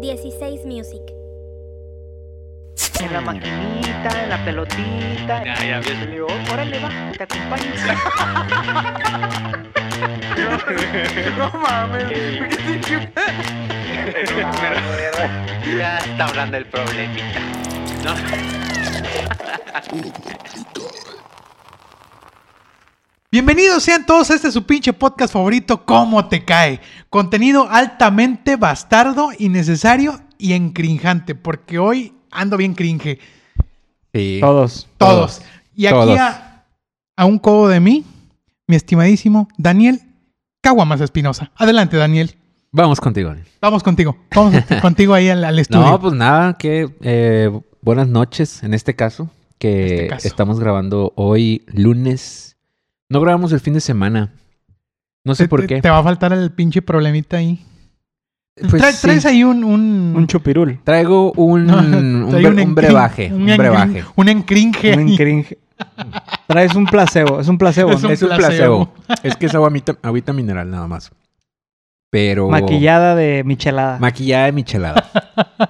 16 Music. En la maquinita, en la pelotita. Ya, ya ves. Y le digo, órale, va, te acompaño. no, no mames. Ya está hablando el problemita. ¿no? Bienvenidos sean todos a este su pinche podcast favorito, ¿Cómo te cae? Contenido altamente bastardo, innecesario y encrinjante, porque hoy ando bien cringe. Sí. Todos. Todos. Y aquí Todos. a, a un codo de mí, mi estimadísimo Daniel Caguamas Espinosa. Adelante, Daniel. Vamos contigo. Vamos contigo. Vamos a- contigo ahí al, al estudio. No, pues nada, que eh, buenas noches en este caso, que Este caso. estamos grabando hoy lunes. No grabamos el fin de semana. No sé Te- por te- qué. Te va a faltar el pinche problemita ahí. Pues Trae- sí, Traes ahí un... un... Un chupirul. Traigo un, no, un, trae bre- un encrin- brebaje. Un, encrin- brebaje. Un encringe. Un ahí. cringe. Traes un placebo. Es un placebo. Es un es un placebo. placebo. es que es agua, mita- agüita mineral nada más. Pero. Maquillada de michelada. Maquillada de michelada.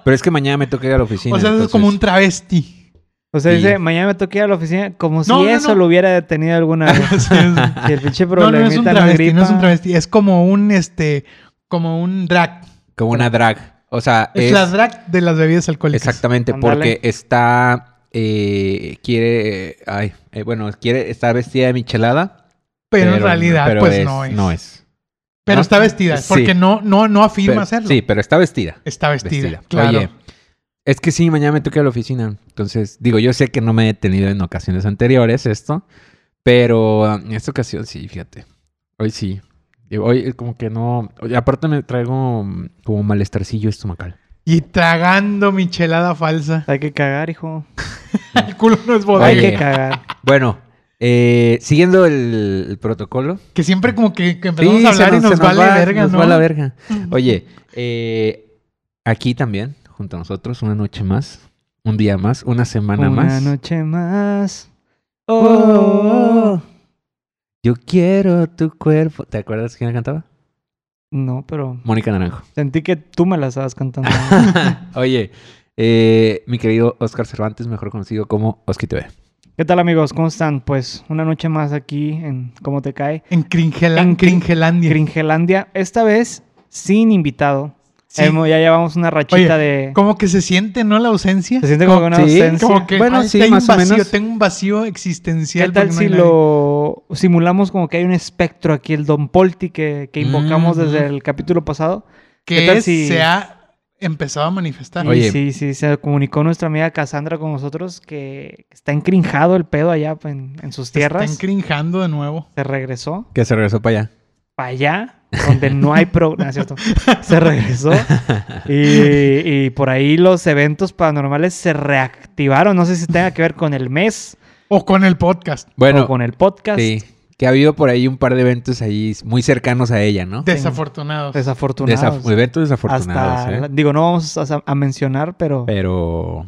Pero es que mañana me toca ir a la oficina. o sea, es como un entonces- travesti. o sea, Sí. dice, mañana me toca ir a la oficina como si No, no, eso no. lo hubiera detenido alguna vez. Así es. Si el pinche No, no es un problemita no, travesti, gripa. no es un travesti, es como un este, como un drag. Como una drag. O sea, Es, la drag de las bebidas alcohólicas. Exactamente, Ándale. porque está. eh, quiere. Ay, eh, bueno, quiere estar vestida de michelada. Pero, en realidad, pero pues no es. No es. Pero ¿no? está vestida, Sí. porque no, no, no afirma Pero- hacerlo. Sí, pero está vestida. Está vestida, Vestida. claro. Oye, es que sí, mañana me toca ir a la oficina. Entonces, digo, yo sé que no me he detenido en ocasiones anteriores esto. Pero ah, en esta ocasión sí, fíjate. Hoy sí. Digo, Hoy eh, como que no. oye, Aparte me traigo mm, como malestarcillo estomacal. Y tragando michelada falsa. Hay que cagar, hijo. El culo no es Hay bodega. Oye. que cagar. Bueno, eh, siguiendo el- el protocolo. Que siempre como que, que Sí, empezamos a hablar se y nos, se vale va- verga, nos ¿no? va la verga. Oye, eh, aquí también, junto a nosotros, una noche más, un día más, una semana Una más. noche más. Oh, Oh. Yo quiero tu cuerpo. ¿Te acuerdas quién la cantaba? No, pero Mónica Naranjo. sentí que tú me la estabas cantando. Oye, eh, mi querido Oscar Cervantes, mejor conocido como Oski TV. ¿Qué tal, amigos? ¿Cómo están? Pues una noche más aquí en ¿Cómo te cae? En Cringela- En crin- Cringelandia. Gringelandia, esta vez sin invitado. Sí. Hemos- ya llevamos una rachita Oye, de. Como que se siente, ¿no? La ausencia. Se siente como que una sí, ausencia. Como que Bueno, ay, sí, tengo más o un vacío, menos. tengo un vacío ¿Qué existencial. tal porque no si hay nadie. lo simulamos como que hay un espectro aquí, el Don Polti que, que invocamos Mm. desde el capítulo pasado? que ¿Qué tal es- si- se ha empezado a manifestar. Y Oye. Sí, sí, se comunicó nuestra amiga Cassandra con nosotros que está encrinjado el pedo allá en, en sus Se Está tierras. encrinjando de nuevo. Se regresó Que se regresó para allá. para allá, donde no hay programa, ¿cierto? Se regresó y, y por ahí los eventos paranormales se reactivaron. No sé si tenga que ver con el mes O con el podcast. o Bueno, con el podcast. sí. Que ha habido por ahí un par de eventos ahí muy cercanos a ella, ¿no? Desafortunados. Desafortunados. Desaf- eventos desafortunados. Hasta, ¿eh? la- digo, no vamos a, a mencionar, pero, Pero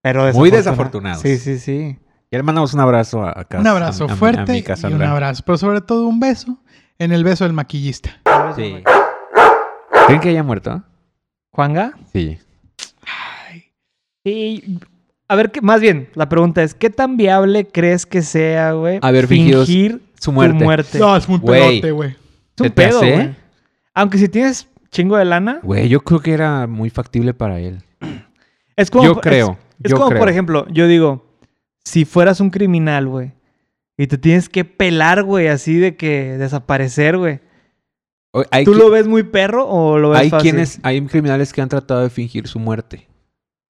pero muy desafortuna- desafortunados. Sí, sí, sí. ya le mandamos un abrazo a, a Cas- un a- abrazo a mi- a fuerte mi y un Cassandra. abrazo. Pero sobre todo un beso en el beso del maquillista. Sí. ¿Creen que haya muerto? ¿Juanga? Sí. Sí. A ver, que, más bien, la pregunta es, ¿qué tan viable crees que sea, güey? A ver, fingidos, fingir Su muerte. tu muerte. No, es muy Güey. pelote, güey. es un ¿se te pedo, hace? güey. Aunque si tienes chingo de lana, Güey, yo creo que era muy factible para él. es como... yo es- creo. Es, yo como, creo. por ejemplo, yo digo, si fueras un criminal, güey, y te tienes que pelar, güey, así de que desaparecer, güey. O- Hay, ¿Tú qui- lo ves muy perro o lo ves hay fácil? quienes, hay criminales que han tratado de fingir su muerte.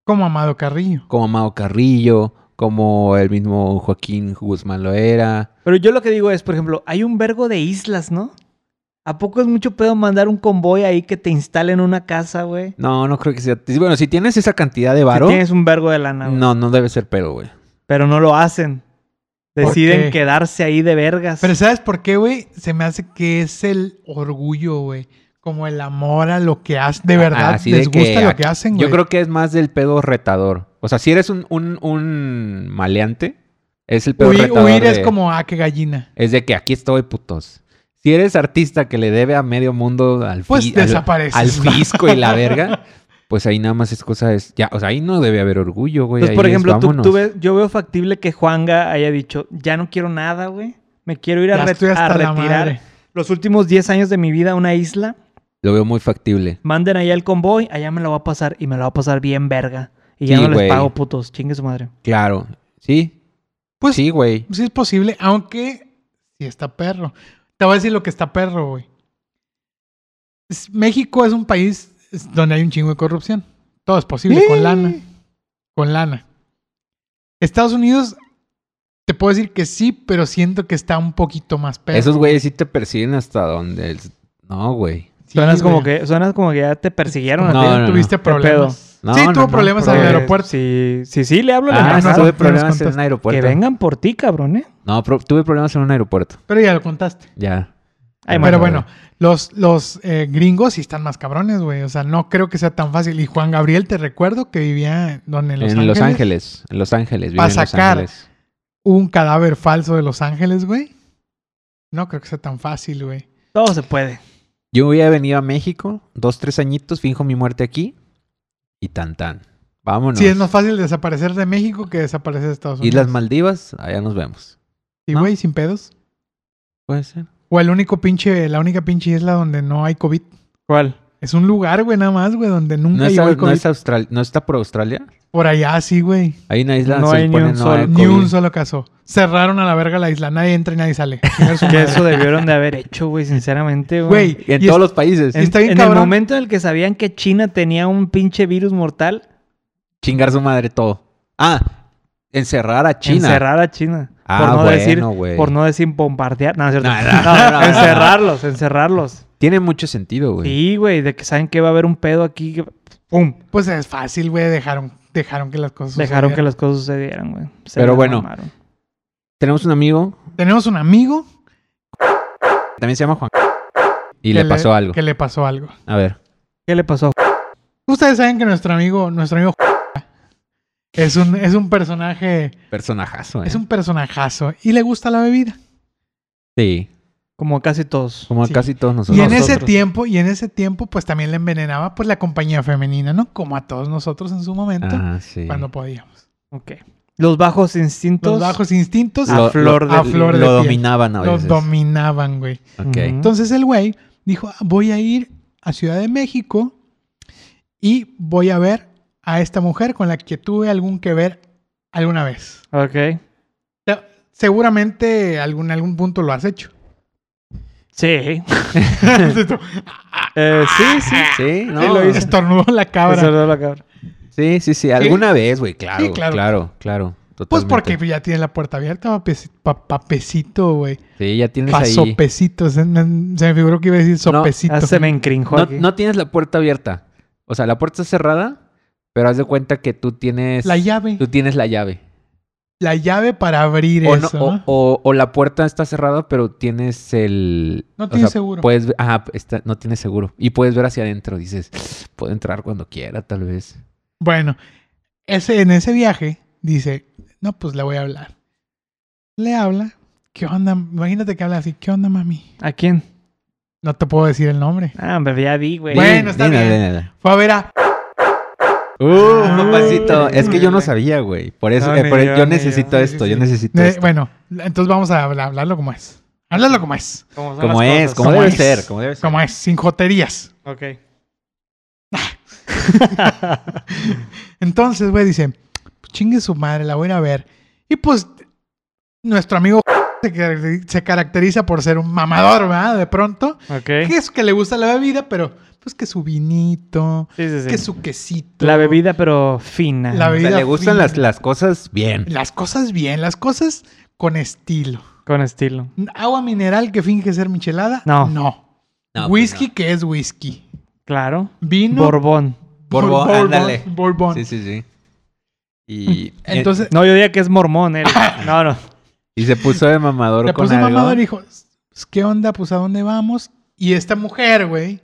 Como Amado Carrillo. Como Amado Carrillo, como el mismo Joaquín Guzmán lo era. Pero yo lo que digo es, por ejemplo, hay un vergo de islas, ¿no? ¿A poco es mucho pedo mandar un convoy ahí que te instalen una casa, güey? No, no creo que sea. Bueno, si tienes esa cantidad de Si varo, tienes un vergo de lana, güey. no, no debe ser pedo, güey. Pero no lo hacen. ¿Por Deciden qué? quedarse ahí de vergas. Pero ¿sabes por qué, güey? Se me hace que es el orgullo, güey. Como el amor a lo que hacen. De verdad, Ah, Así de les gusta que lo ac- que hacen, güey. Yo creo que es más del pedo retador. O sea, si eres un, un, un maleante, es el pedo Huir, retador. huir es de- como, ah, qué gallina. Es de que aquí estoy, putos. Si eres artista que le debe a medio mundo al, Pues fi- al- desapareces, al ¿no? fisco y la verga, pues ahí nada más es cosa es, ya, o sea, ahí no debe haber orgullo, güey. Pues, Entonces, ahí por es ejemplo, tú, vámonos. tú ves- yo veo factible que Juanga haya dicho, ya no quiero nada, güey. Me quiero ir a, Ya re- estoy a hasta la retirar madre. los últimos 10 años de mi vida a una isla. Lo veo muy factible. Manden allá el convoy, allá me lo va a pasar y me lo va a pasar bien verga. Y ya Sí, no les güey. pago putos, chingue su madre. Claro. Sí. Pues- sí, güey. Sí es posible, aunque sí está perro. Te voy a decir lo que está perro, güey. Es- México es un país es- donde hay un chingo de corrupción. Todo es posible con lana. Con lana. Estados Unidos, te puedo decir que sí, pero siento que está un poquito más perro. Esos güeyes sí te persiguen hasta donde. el- No, güey. Sí, suenas, como güey. que, suenas como que ya te persiguieron a No, ti. no, Tuviste ¿Qué problemas. No, sí, no, tuvo no, problemas en el porque- aeropuerto. Pues, Sí, sí, sí, le hablo a la Ah, no, raza. no, tuve no problemas nos en un contaste. aeropuerto. Que vengan por ti, cabrón, ¿eh? No, pro- tuve problemas en un aeropuerto. Pero ya lo contaste. Ya. Ay, Pero madre. bueno, los, los eh, gringos sí están más cabrones, güey. O sea, no creo que sea tan fácil. Y Juan Gabriel, te recuerdo que vivía donde en Los, en Ángeles, Los Ángeles. En Los Ángeles. Pa' vive en Los sacar. Ángeles. Hubo Un cadáver falso de Los Ángeles, güey. No creo que sea tan fácil, güey. Todo se puede. Yo hubiera venido a México, dos, tres añitos, finjo mi muerte aquí y tan tan. Vámonos. Sí, es más fácil desaparecer de México que desaparecer de Estados y Unidos. las Maldivas, allá nos vemos. Sí, ¿no? güey, sin pedos. Puede ser. O el único pinche, la única pinche isla donde no hay COVID. ¿Cuál? Es un lugar, güey, nada más, güey, donde nunca ¿No, es llegó au- el no COVID. es Austral- ¿No está por Australia? Por allá, sí, güey. Hay una isla No se hay ni supone, un no solo- hay Ni COVID. un solo caso. Cerraron a la verga la isla. Nadie entra y nadie sale. Chingar su Que madre. eso debieron de haber hecho, güey, sinceramente, Güey, Y En y todos es- los países. está bien en cabrón. el momento en el que sabían que China tenía un pinche virus mortal, Chingar su madre todo. Ah, encerrar a China. encerrar a China. Ah, por no bueno, decir, güey. por no decir bombardear. No, no es cierto. No, no, No, no, no, no. encerrarlos, encerrarlos. Tiene mucho sentido, güey. Sí, güey, de que saben que va a haber un pedo aquí. que- ¡Pum! Pues es fácil, güey. Dejaron, dejaron que las cosas Dejaron que sucedieran. las cosas sucedieran, güey. Se Pero la bueno. mamaron. Tenemos un amigo, Tenemos un amigo. también se llama Juan. Y que le pasó algo. Que le pasó algo. A ver. ¿Qué le pasó? Ustedes saben que nuestro amigo, nuestro amigo es un, es un personaje, Personajazo, eh. es un personajazo y le gusta la bebida. Sí. Como casi todos. Como Sí. casi todos nosotros. Y en ese Nosotros. tiempo, y en ese tiempo, pues también le envenenaba pues la compañía femenina, ¿no? Como a todos nosotros en su momento, Ah, sí. cuando podíamos. Ok. Los bajos instintos. Los bajos instintos a flor de Pues a piel. flor de lo piel. dominaban a los veces. dominaban, güey. Ok. Ujú. Entonces el güey dijo, "Ah, voy a ir a Ciudad de México y voy a ver a esta mujer con la que tuve algún que ver alguna vez. Ok. O sea, Seguramente algún algún punto lo has hecho. Sí. Estornudó Eh, sí, sí. Pues Sí, no. Sí, lo hice. la cabra. Eso era Ah, la cabra. Sí, sí, sí. Alguna vez, güey, claro, Sí, claro. claro. Claro, claro. Pues Totalmente. porque ya tienes la puerta abierta, papeci- pa- papecito, güey. Sí, ya tienes ahí. Pasopecito. Se, me- se me figuró que iba a decir sopecito. Ah, se me encrinjó No, aquí. no tienes la puerta abierta. O sea, la puerta está cerrada, pero haz de cuenta que tú tienes. La llave. Tú tienes la llave. La llave para abrir O, no- eso, o- ¿no? o- o la puerta está cerrada, pero tienes el. No o tienes seguro. Puedes ver- ajá, está- no tienes seguro. Y puedes ver hacia adentro. Dices, puedo entrar cuando quiera, tal vez. Bueno, ese, en ese viaje dice, no, pues le voy a hablar. Le habla. ¿Qué onda? Imagínate que habla así. ¿Qué onda, mami? ¿A quién? No te puedo decir el nombre. Ah, hombre, ya vi, güey. Bueno, está dime, bien. dime, dime. Fue a ver a... Uh, Ah, papacito. Es que yo no dale. sabía, güey. Por eso, No, eh, ni por- yo, yo, ni necesito yo. esto. Sí, sí, Yo sí. necesito Eh, Este. esto. bueno, entonces vamos a habla- hablarlo como es. Háblalo como es. Como son Como las es, cosas. como ¿Cómo debe es? ser, como debe ser. Como es, sin joterías. Ok. Entonces, güey, dice, "Pues chingue su madre, la voy a ir a ver. Y pues, nuestro amigo se car- se caracteriza por ser un mamador, ¿verdad? De pronto. Ok. Que es que le gusta la bebida, pero pues que su vinito, Sí, sí, sí. que su quesito. La bebida, pero fina. La O sea, bebida le gustan fina. las, las cosas bien. Las cosas bien, las cosas con estilo. Con estilo. Agua mineral que finge ser michelada. No. No. No, pues whisky no. que es whisky. Claro. Vino. Borbón. Borbón, ándale. Borbón. Sí, Eh, sí, sí. Y, Entonces, No, yo diría que es mormón él. No, no. y se puso de mamador Le con puso algo. mamador y dijo, "Pues, ¿qué onda? Pues a dónde vamos. Y esta mujer, güey,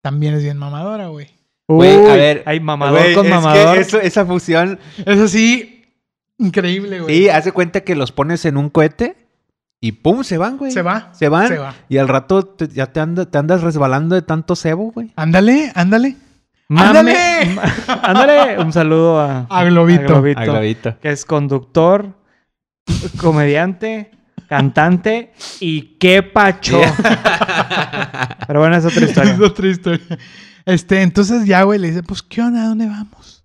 también es bien mamadora, güey. Güey, Uy, a ver, Hay mamador Güey, con es que mamador. eso- esa fusión, Es así, increíble, güey. sí, hace cuenta que los pones en un cohete y pum, se van, güey. Se va. Se van. Se va. Y al rato te- ya te, anda- te andas resbalando de tanto cebo, güey. Ándale, ándale. Mame- ¡Ándale! ma- ¡Ándale! Un saludo a, A Globito. Ah, Globito. que es conductor, comediante, cantante y qué pacho. Pero bueno, es otra historia. Es otra historia. Este, entonces ya, güey, le dice, pues, ¿qué onda? ¿A dónde vamos?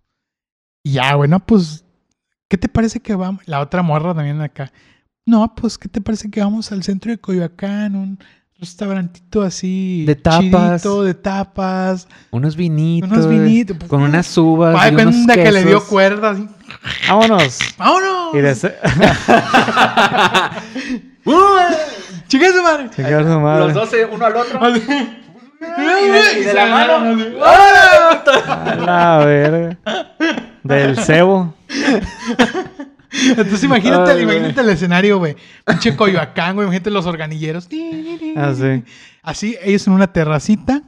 Y ya, güey, no, pues, ¿qué te parece que vamos? La otra morra también acá. No, pues, ¿qué te parece que vamos al centro de Coyoacán? Un restaurantito así. De tapas. chidito, de tapas. Unos vinitos. Unos vinitos. pues, ah. Con unas uvas. Ay, y unos cuenta que le dio quesos. cuerda. Así. Vámonos. ¡Vámonos! Y de ese- ¡Chica su madre! Chingar su madre. Los dos, eh, uno al otro. Así. de- y de la Se mano. agarran así. A la verga. Del cebo. Entonces imagínate, Ay, güey. imagínate el escenario, güey. Pinche Coyoacán, güey. Imagínate los organilleros. Ti, ti, ti. Así. Así, ellos en una terracita.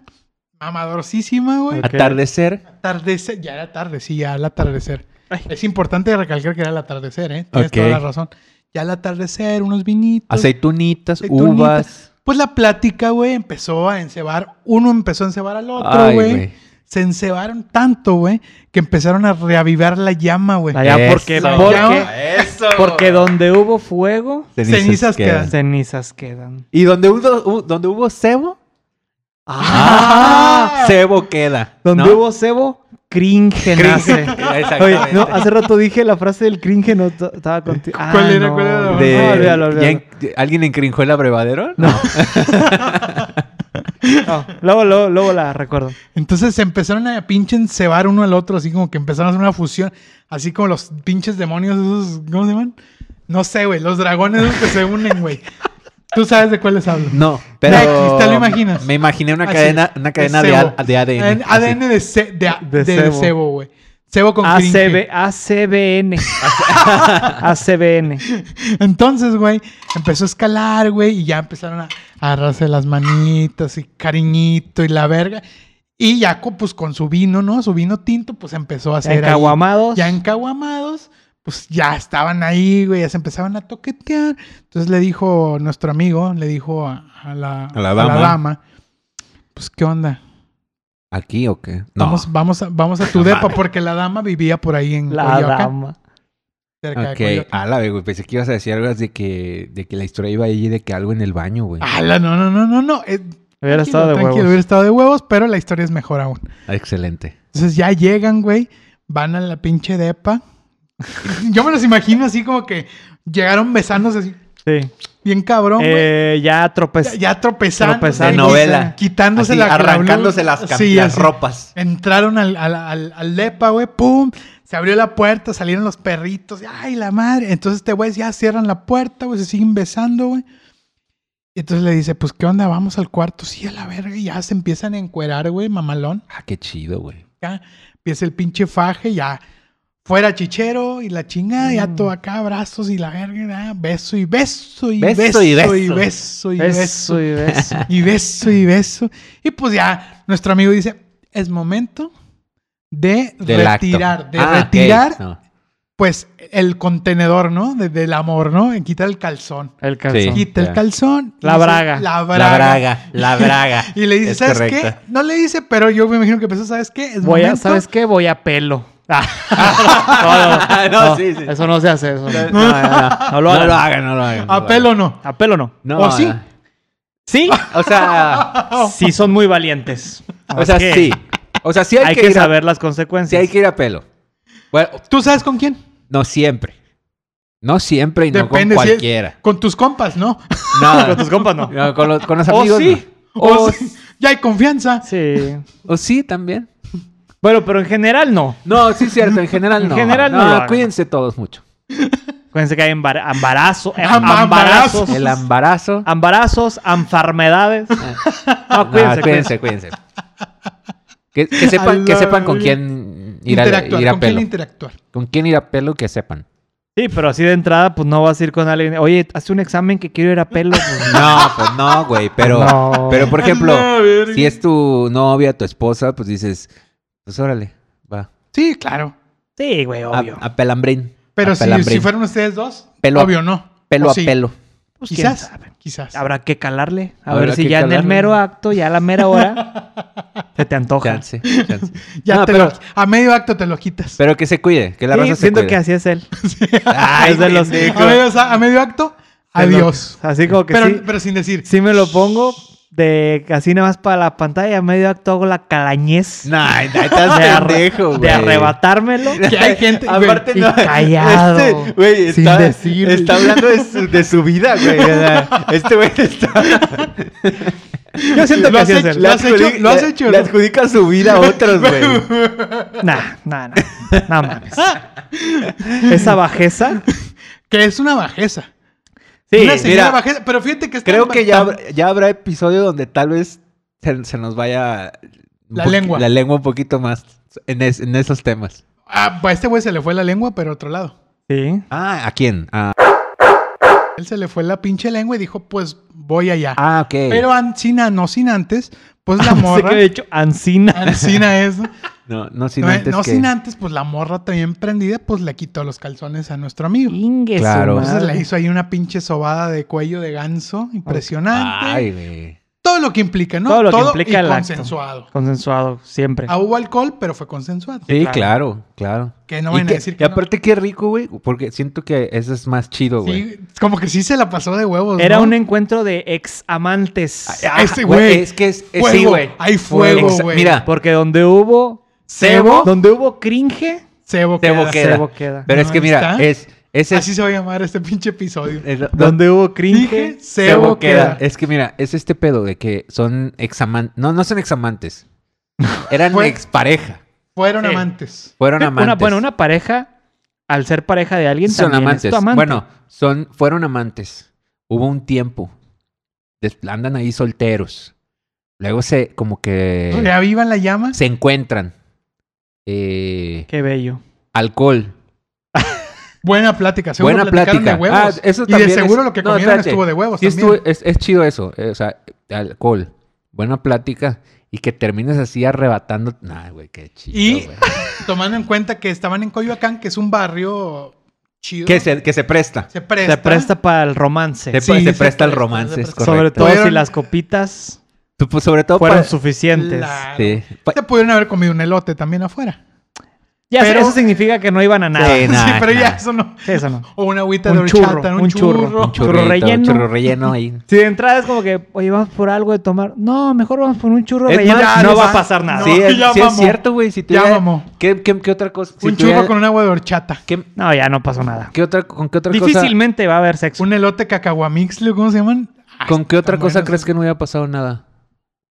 Mamadorcísima, güey. Ok. Atardecer. Atardecer. Ya era tarde, sí, ya al atardecer. Es importante recalcar que era el atardecer, ¿eh? Tienes Ok. toda la razón. Ya al atardecer, unos vinitos. Aceitunitas, aceitunitas. uvas. Pues la plática, güey, empezó a encebar. Uno empezó a encebar al otro, Ay, güey. güey. Se encebaron tanto, güey, que empezaron a reavivar la llama, güey. Allá Eso. porque, Ya. porque, Eso. porque donde hubo fuego, Cenizas quedan. cenizas quedan. Y donde hubo, hu- donde hubo cebo. Ah. Ah, cebo queda. Donde ¿no? hubo cebo, cringe nace. Oye, Exactamente. no, hace rato dije la frase del cringe, no t- estaba contigo. ¿Cuál era? ¿Cuál era? De- No, olvídalo, ¿ya olvídalo. en- ¿Alguien encrinjó el abrevadero? No. No, luego, luego, luego la recuerdo. Entonces se empezaron a pinche encebar uno al otro, así como que empezaron a hacer una fusión, así como los pinches demonios, esos, ¿cómo se llaman? No sé, güey, los dragones esos que se unen, güey. Tú sabes de cuáles hablo. No, pero. Next, ¿te lo imaginas? Me imaginé una Así, cadena, una cadena de, cebo. A- de ADN. ADN, así. de, ce- de, a- De de- Ah, de cebo. cebo, güey. Cebo con ACB, cringe. ACBN. ACBN. Entonces, güey, empezó a escalar, güey, y ya empezaron a agarrarse las manitas y cariñito y la verga. Y ya, co- pues con su vino, ¿no? Su vino tinto, pues empezó a Ya hacer. ahí- Encaguamados. ya encaguamados, pues ya estaban ahí, güey, ya se empezaban a toquetear. Entonces le dijo nuestro amigo, le dijo a, a la, A la dama. pues qué onda, ¿Aquí o qué? No. vamos, vamos, a, vamos a tu No depa, mames. porque la dama vivía por ahí en La Coyoacán, dama. cerca de Ok, Coyoacán. a la vez, güey. Pensé que ibas a decir algo de que, de que la historia iba allí de que algo en el baño, güey. Ala, no, no, no, no, no. eh, tranquilo, Hubiera estado de tranquilo, huevos. hubiera estado de huevos, pero la historia es mejor aún. Ah, Excelente. Entonces ya llegan, güey, van a la pinche depa. Yo me los imagino así como que llegaron besándose así, Sí. bien cabrón, güey. Eh, ya ya, tropecé. ya tropezando. Tropezando. güey, La novela. Quitándose Así, la la arrancándose blu- las, cam- sí, las así. ropas. Entraron al, al, al, al depa, güey, pum. Se abrió la puerta, salieron los perritos. Ay, la madre. Entonces, este güey ya cierran la puerta, güey, se siguen besando, güey. Y entonces le dice, pues, ¿qué onda? Vamos al cuarto. Sí, a la verga. Y ya se empiezan a encuerar, güey, mamalón. Ah, qué chido, güey. Ya empieza el pinche faje, ya. Fuera chichero y la chingada, ya Mm. todo acá, brazos y la verga, ya, beso y beso y beso, Beso y y beso. beso y beso Eso y beso. y beso y beso. Y pues ya, nuestro amigo dice, es momento de Del acto. retirar, de Ah, ok. retirar, No. pues, el contenedor, ¿no? De- del amor, ¿no? En quitar el calzón. El calzón. Sí. Quita el Ya. calzón. y La dice, braga. La braga. La braga, la braga. Y le dice, Es ¿sabes correcto. qué? No le dice, pero yo me imagino que pensó, ¿sabes qué? Es Voy a, momento". ¿Sabes qué? Voy a pelo. Ah. No, sí, sí. Eso no se hace. Eso. No, no, no. No lo No hagan. lo hagan, no lo hagan. no lo A pelo hagan. no. A pelo no. No, ¿O sí? no. Sí, o sea, Sí, son muy valientes. o sea, Es que sí. O sea, sí hay, Hay que, que ir a- saber las sí consecuencias. hay que ir a pelo. Bueno, ¿Tú sabes con quién? no siempre. No siempre y no Depende, con si es- cualquiera. Con tus compas, ¿no? No, Con tus compas no. no, con, los, con los ¿O amigos. Oh, sí? no. O O, si- ya hay confianza. Sí. o sí también. Bueno, pero en general no. No, sí es cierto, en general En no. general no lo hagan. cuídense todos mucho. Acuérdense que hay embara- embarazo, em- Am- embarazos, El embarazo. embarazos, enfermedades. No, cuídense, No, cuídense, cuídense. Que, que sepan, que la sepan con verga. quién ir a, Interactuar. ir a ¿Con quién pelo. interactuar? Con quién ir a pelo que sepan. Sí, pero así de entrada, pues no vas a ir con alguien. Oye, hace un examen que quiero ir a pelo. pues, No, pues no, güey. Pero, No. pero por ejemplo, Ah, A la verga. si es tu novia, tu esposa, pues dices, pues órale, va. Sí, claro. Sí, güey, A, obvio. a pelambrín. Pero a si, pelambrín. si fueran ustedes dos, Pelo a- obvio no. Pelo ¿O a sí? pelo. Pues quién Quizás. sabe. Quizás. ah, Habrá que calarle. A Habrá ver si que ya en el calarle. mero acto, ya a la mera hora, se te antoja. Chance, chance. Ya No, te pero- lo- a medio acto te lo quitas. Pero que se cuide, que la Sí, raza se siento cuide. que así es él. Ay, es de los- pendejo. a, medio, a medio acto, adiós. Así como que Pero, sí. pero sin decir. Sí me lo pongo de así nada más para la pantalla. A medio acto hago la calañez No, ay, no, de, estás arre- pendejo, güey. de arrebatármelo. Que hay gente. güey, Aparte, y no. callado. Este, güey, Sin está, decir. está hablando de su, de su vida, güey. o sea, este güey está. Yo siento Lo que has así es hecho- él. lo has hecho- adjudica- lo has le- hecho, Le ¿no? adjudica su vida a otros, güey. Nah, nah, nah. No mames. Esa bajeza. Que es una bajeza. Sí, una señora mira, bajeza. Pero fíjate que es tan Creo ba- que ya, tan- habrá- ya habrá episodio donde tal vez se, se nos vaya. un La poqui- lengua. La lengua un poquito más en, es- en esos temas. Ah, a este güey se le fue la lengua, pero a otro lado. sí. Ah, ¿a quién? Ah, Él se le fue la pinche lengua y dijo, pues voy allá. ah, ok. Pero an- sin a- no sin antes, pues la Sé que morra. he hecho Ancina. Ancina es. ¿no? no, no sin no antes. no que- sin antes, pues la morra también prendida, pues le quitó los calzones a nuestro amigo. Ingue su Claro. Entonces madre. le hizo ahí una pinche sobada de cuello de ganso impresionante. Ay, güey. Todo lo que implica, ¿no? Todo lo que implica y el acto. consensuado. Consensuado, siempre. Ah, hubo alcohol, pero fue consensuado. Sí, Claro. claro, claro. Que no Y van que- a decir y que no. aparte, qué rico, güey. Porque siento que eso es más chido, güey. Sí, como que sí se la pasó de huevos. Era ¿no? un encuentro de ex amantes. Ah, ese güey. Es que es. es- Fuego, sí, güey. hay fuego, Exa- güey. Mira, Porque donde hubo. ¿Cebo? Donde hubo cringe, Sebo Sebo queda. queda. cebo queda. pero es no, que ahí mira, está. es. Ese Así se va a llamar este pinche episodio. es- Donde hubo Dije, cringe. Sebo queda. Es que mira, es este pedo de que son examantes. No, no son examantes. Eran Fue- expareja. Fueron Sí. amantes. Fueron amantes. Una, bueno, una pareja, al ser pareja de alguien, son también amantes. es tu amante. Bueno, son, fueron amantes. Hubo un tiempo. Des- Andan ahí solteros. Luego se, como que. Reavivan la llama. se encuentran. Eh, Qué bello. alcohol. Buena plática. Seguro Buena platicaron plática. de huevos. Ah, eso y de también es- seguro lo que no, comieron espérate. estuvo de huevos Sí Pues también. estuvo- es, es chido eso. eh, o sea, alcohol. Buena plática. Y que termines así arrebatando. Nah, güey, qué chido. Y- güey. Tomando en cuenta que estaban en Coyoacán, que es un barrio chido. Que, se, que se presta. Se presta. Se presta para el romance. Se, Sí, pre- se se presta el presta, romance, se es presta. Sobre correcto. todo si Fueron- las copitas Tu- pues, sobre todo fueron para- suficientes. Claro. Sí. Pa- Se pudieron haber comido un elote también afuera. Ya, sé, Pero- eso significa que no iban a nada. Sí, Sí, no. Nah, sí, pero ya nah. eso no. eso no. O una agüita Un de horchata, churro, un, un churro. churro. un churro churro relleno. Un churro relleno ahí. Si de entrada es como que, oye, vamos por algo de tomar. No, mejor vamos por un churro Es relleno. más, no es va a más- pasar nada. sí, es, ya sí es mamó. cierto, güey. Si Ya tuviera- mamó. ¿Qué, qué, qué otra cosa? Si un tuviera- churro con un agua de horchata. ¿qué- No, ya no pasó nada. qué otra, ¿Con qué otra cosa? Difícilmente va a haber sexo. Un elote cacahuamixle, ¿cómo se llaman? Ah, ¿Con qué otra están cosa buenos. crees que no hubiera pasado nada?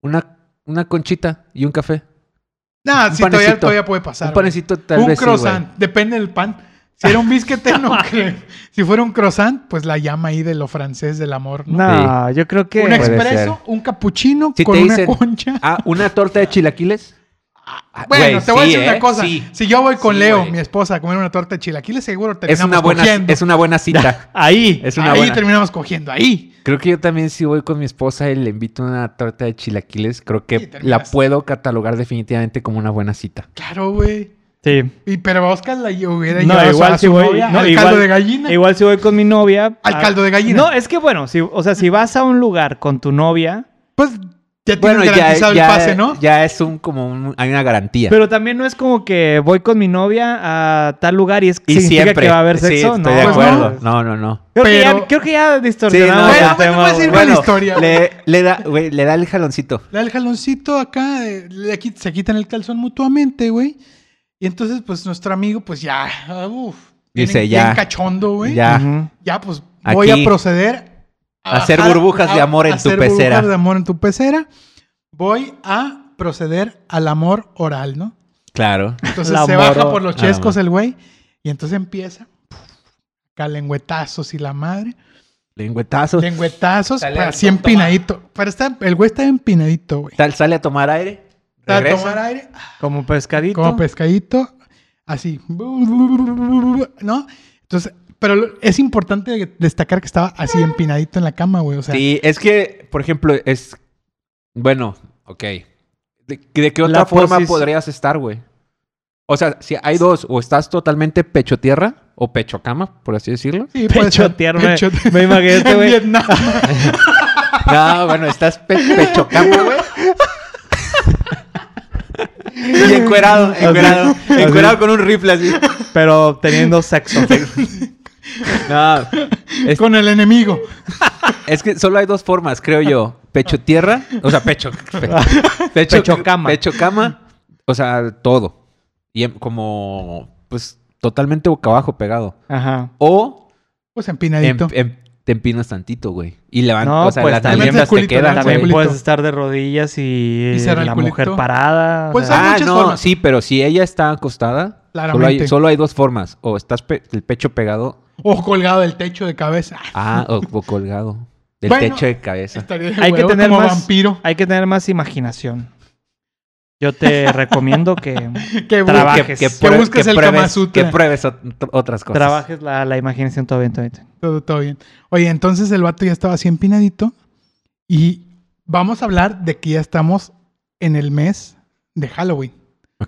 Una, una conchita y un café. Nah, Un sí, todavía, panecito. todavía puede pasar. un güey. panecito tal un vez. sí, güey. croissant, depende del pan. Si era un biscuit, no creo. Si fuera un croissant, pues la llama ahí de lo francés del amor, ¿no? No, yo creo que. Un Puede ex- expreso, un capuchino Si con te una dicen- concha. Ah, una torta de chilaquiles. Ah, bueno, güey, te voy a sí, decir una ¿eh? cosa. Sí. Si yo voy con Sí, Leo, güey. mi esposa, a comer una torta de chilaquiles, seguro Es terminamos una buena, cogiendo. es una buena cita. Ahí. es una ahí buena. terminamos cogiendo, ahí. Creo que yo también si voy con mi esposa y le invito una torta de chilaquiles, creo que Sí, terminas. la puedo catalogar definitivamente como una buena cita. Claro, güey. Sí. Y pero Oscar la lle- hubiera No, llevado a su- igual a si su voy. novia no, al igual- caldo de gallina. Igual si voy con mi novia. Al a- caldo de gallina. No, es que bueno, si, o sea, si vas a un lugar con tu novia, Pues ya tienen Bueno, ya, garantizado ya- el pase, ¿no? ya es un como un- hay una garantía. pero también no es como que voy con mi novia a tal lugar y es y significa siempre que va a haber Sí, sexo, estoy ¿no? de Pues acuerdo. No, no, no. Creo, que Pero- ya, creo que ya distorsionamos Sí, no, bueno, bueno, el tema. voy a decir- güey. Sirve la historia, le, le da, güey, le da el jaloncito. Le da el jaloncito acá, eh, le qui- se quitan el calzón mutuamente, güey. Y entonces, pues nuestro amigo, pues ya, ah, uf, Dice, bien- ya. Bien cachondo, güey. Ya. Ujú. Ya, pues voy Aquí. a proceder A hacer burbujas de amor en tu hacer pecera. burbujas de amor en tu pecera. Voy a proceder al amor oral, ¿no? Claro. Entonces La se baja moro- por los nada chescos más. el güey. Y entonces empieza. Calengüetazos y la madre. Lengüetazo. Lengüetazos, Sale pero al así tom- toma. empinadito. Pero está, el güey está empinadito, güey. Tal- sale a tomar aire. Está a regresa. tomar aire, Como pescadito. como pescadito, así. ¿No? Entonces, pero lo- es importante destacar que estaba así empinadito en la cama, güey. O sea, Sí, es que, por ejemplo, es. Bueno, ok. ¿De, de qué otra La forma posis- podrías estar, güey? O sea, si hay dos, o estás totalmente pecho tierra, o pechocama, por así decirlo. Sí, Pechotear, me- me imaginé este En güey. Vietnam. No, bueno, estás pe- pechocama, güey. Y encuerado, encuerado, así. encuerado con un rifle así. Pero teniendo sexo. No, es- Con el enemigo. Es que solo hay dos formas, creo yo. Pecho tierra, o sea, pecho. pe- pecho, Pecho cama. Pecho cama, o sea, todo. Y em- como, pues, totalmente boca abajo pegado. Ajá. O Pues em- empinadito. em- te empinas tantito, güey. Y levantas, No, o sea, pues, las también- nalgas te Culito, quedan, levantas el También güey. culito. puedes estar de rodillas y, eh, Y cerrar el la culito. mujer parada. Pues, ah, Ah, muchas no, formas. sí, pero si ella está acostada, solo hay, Claramente. solo hay dos formas. O estás pe- el pecho pegado, O colgado del techo de cabeza. ah, o, o colgado. Del Bueno, techo de cabeza. Estaría de Hay que huevo, tener como más- vampiro. hay que tener más imaginación. Yo te recomiendo que Que Que, Trabaja. Trabajes. que Que prue- busques que el Kama pruebes- Sutra. que pruebes ot- otras cosas. trabajes la, la imaginación todo bien, todo bien. Todo, todo bien. Oye, entonces el vato ya estaba así empinadito. Y vamos a hablar de que ya estamos en el mes de Halloween.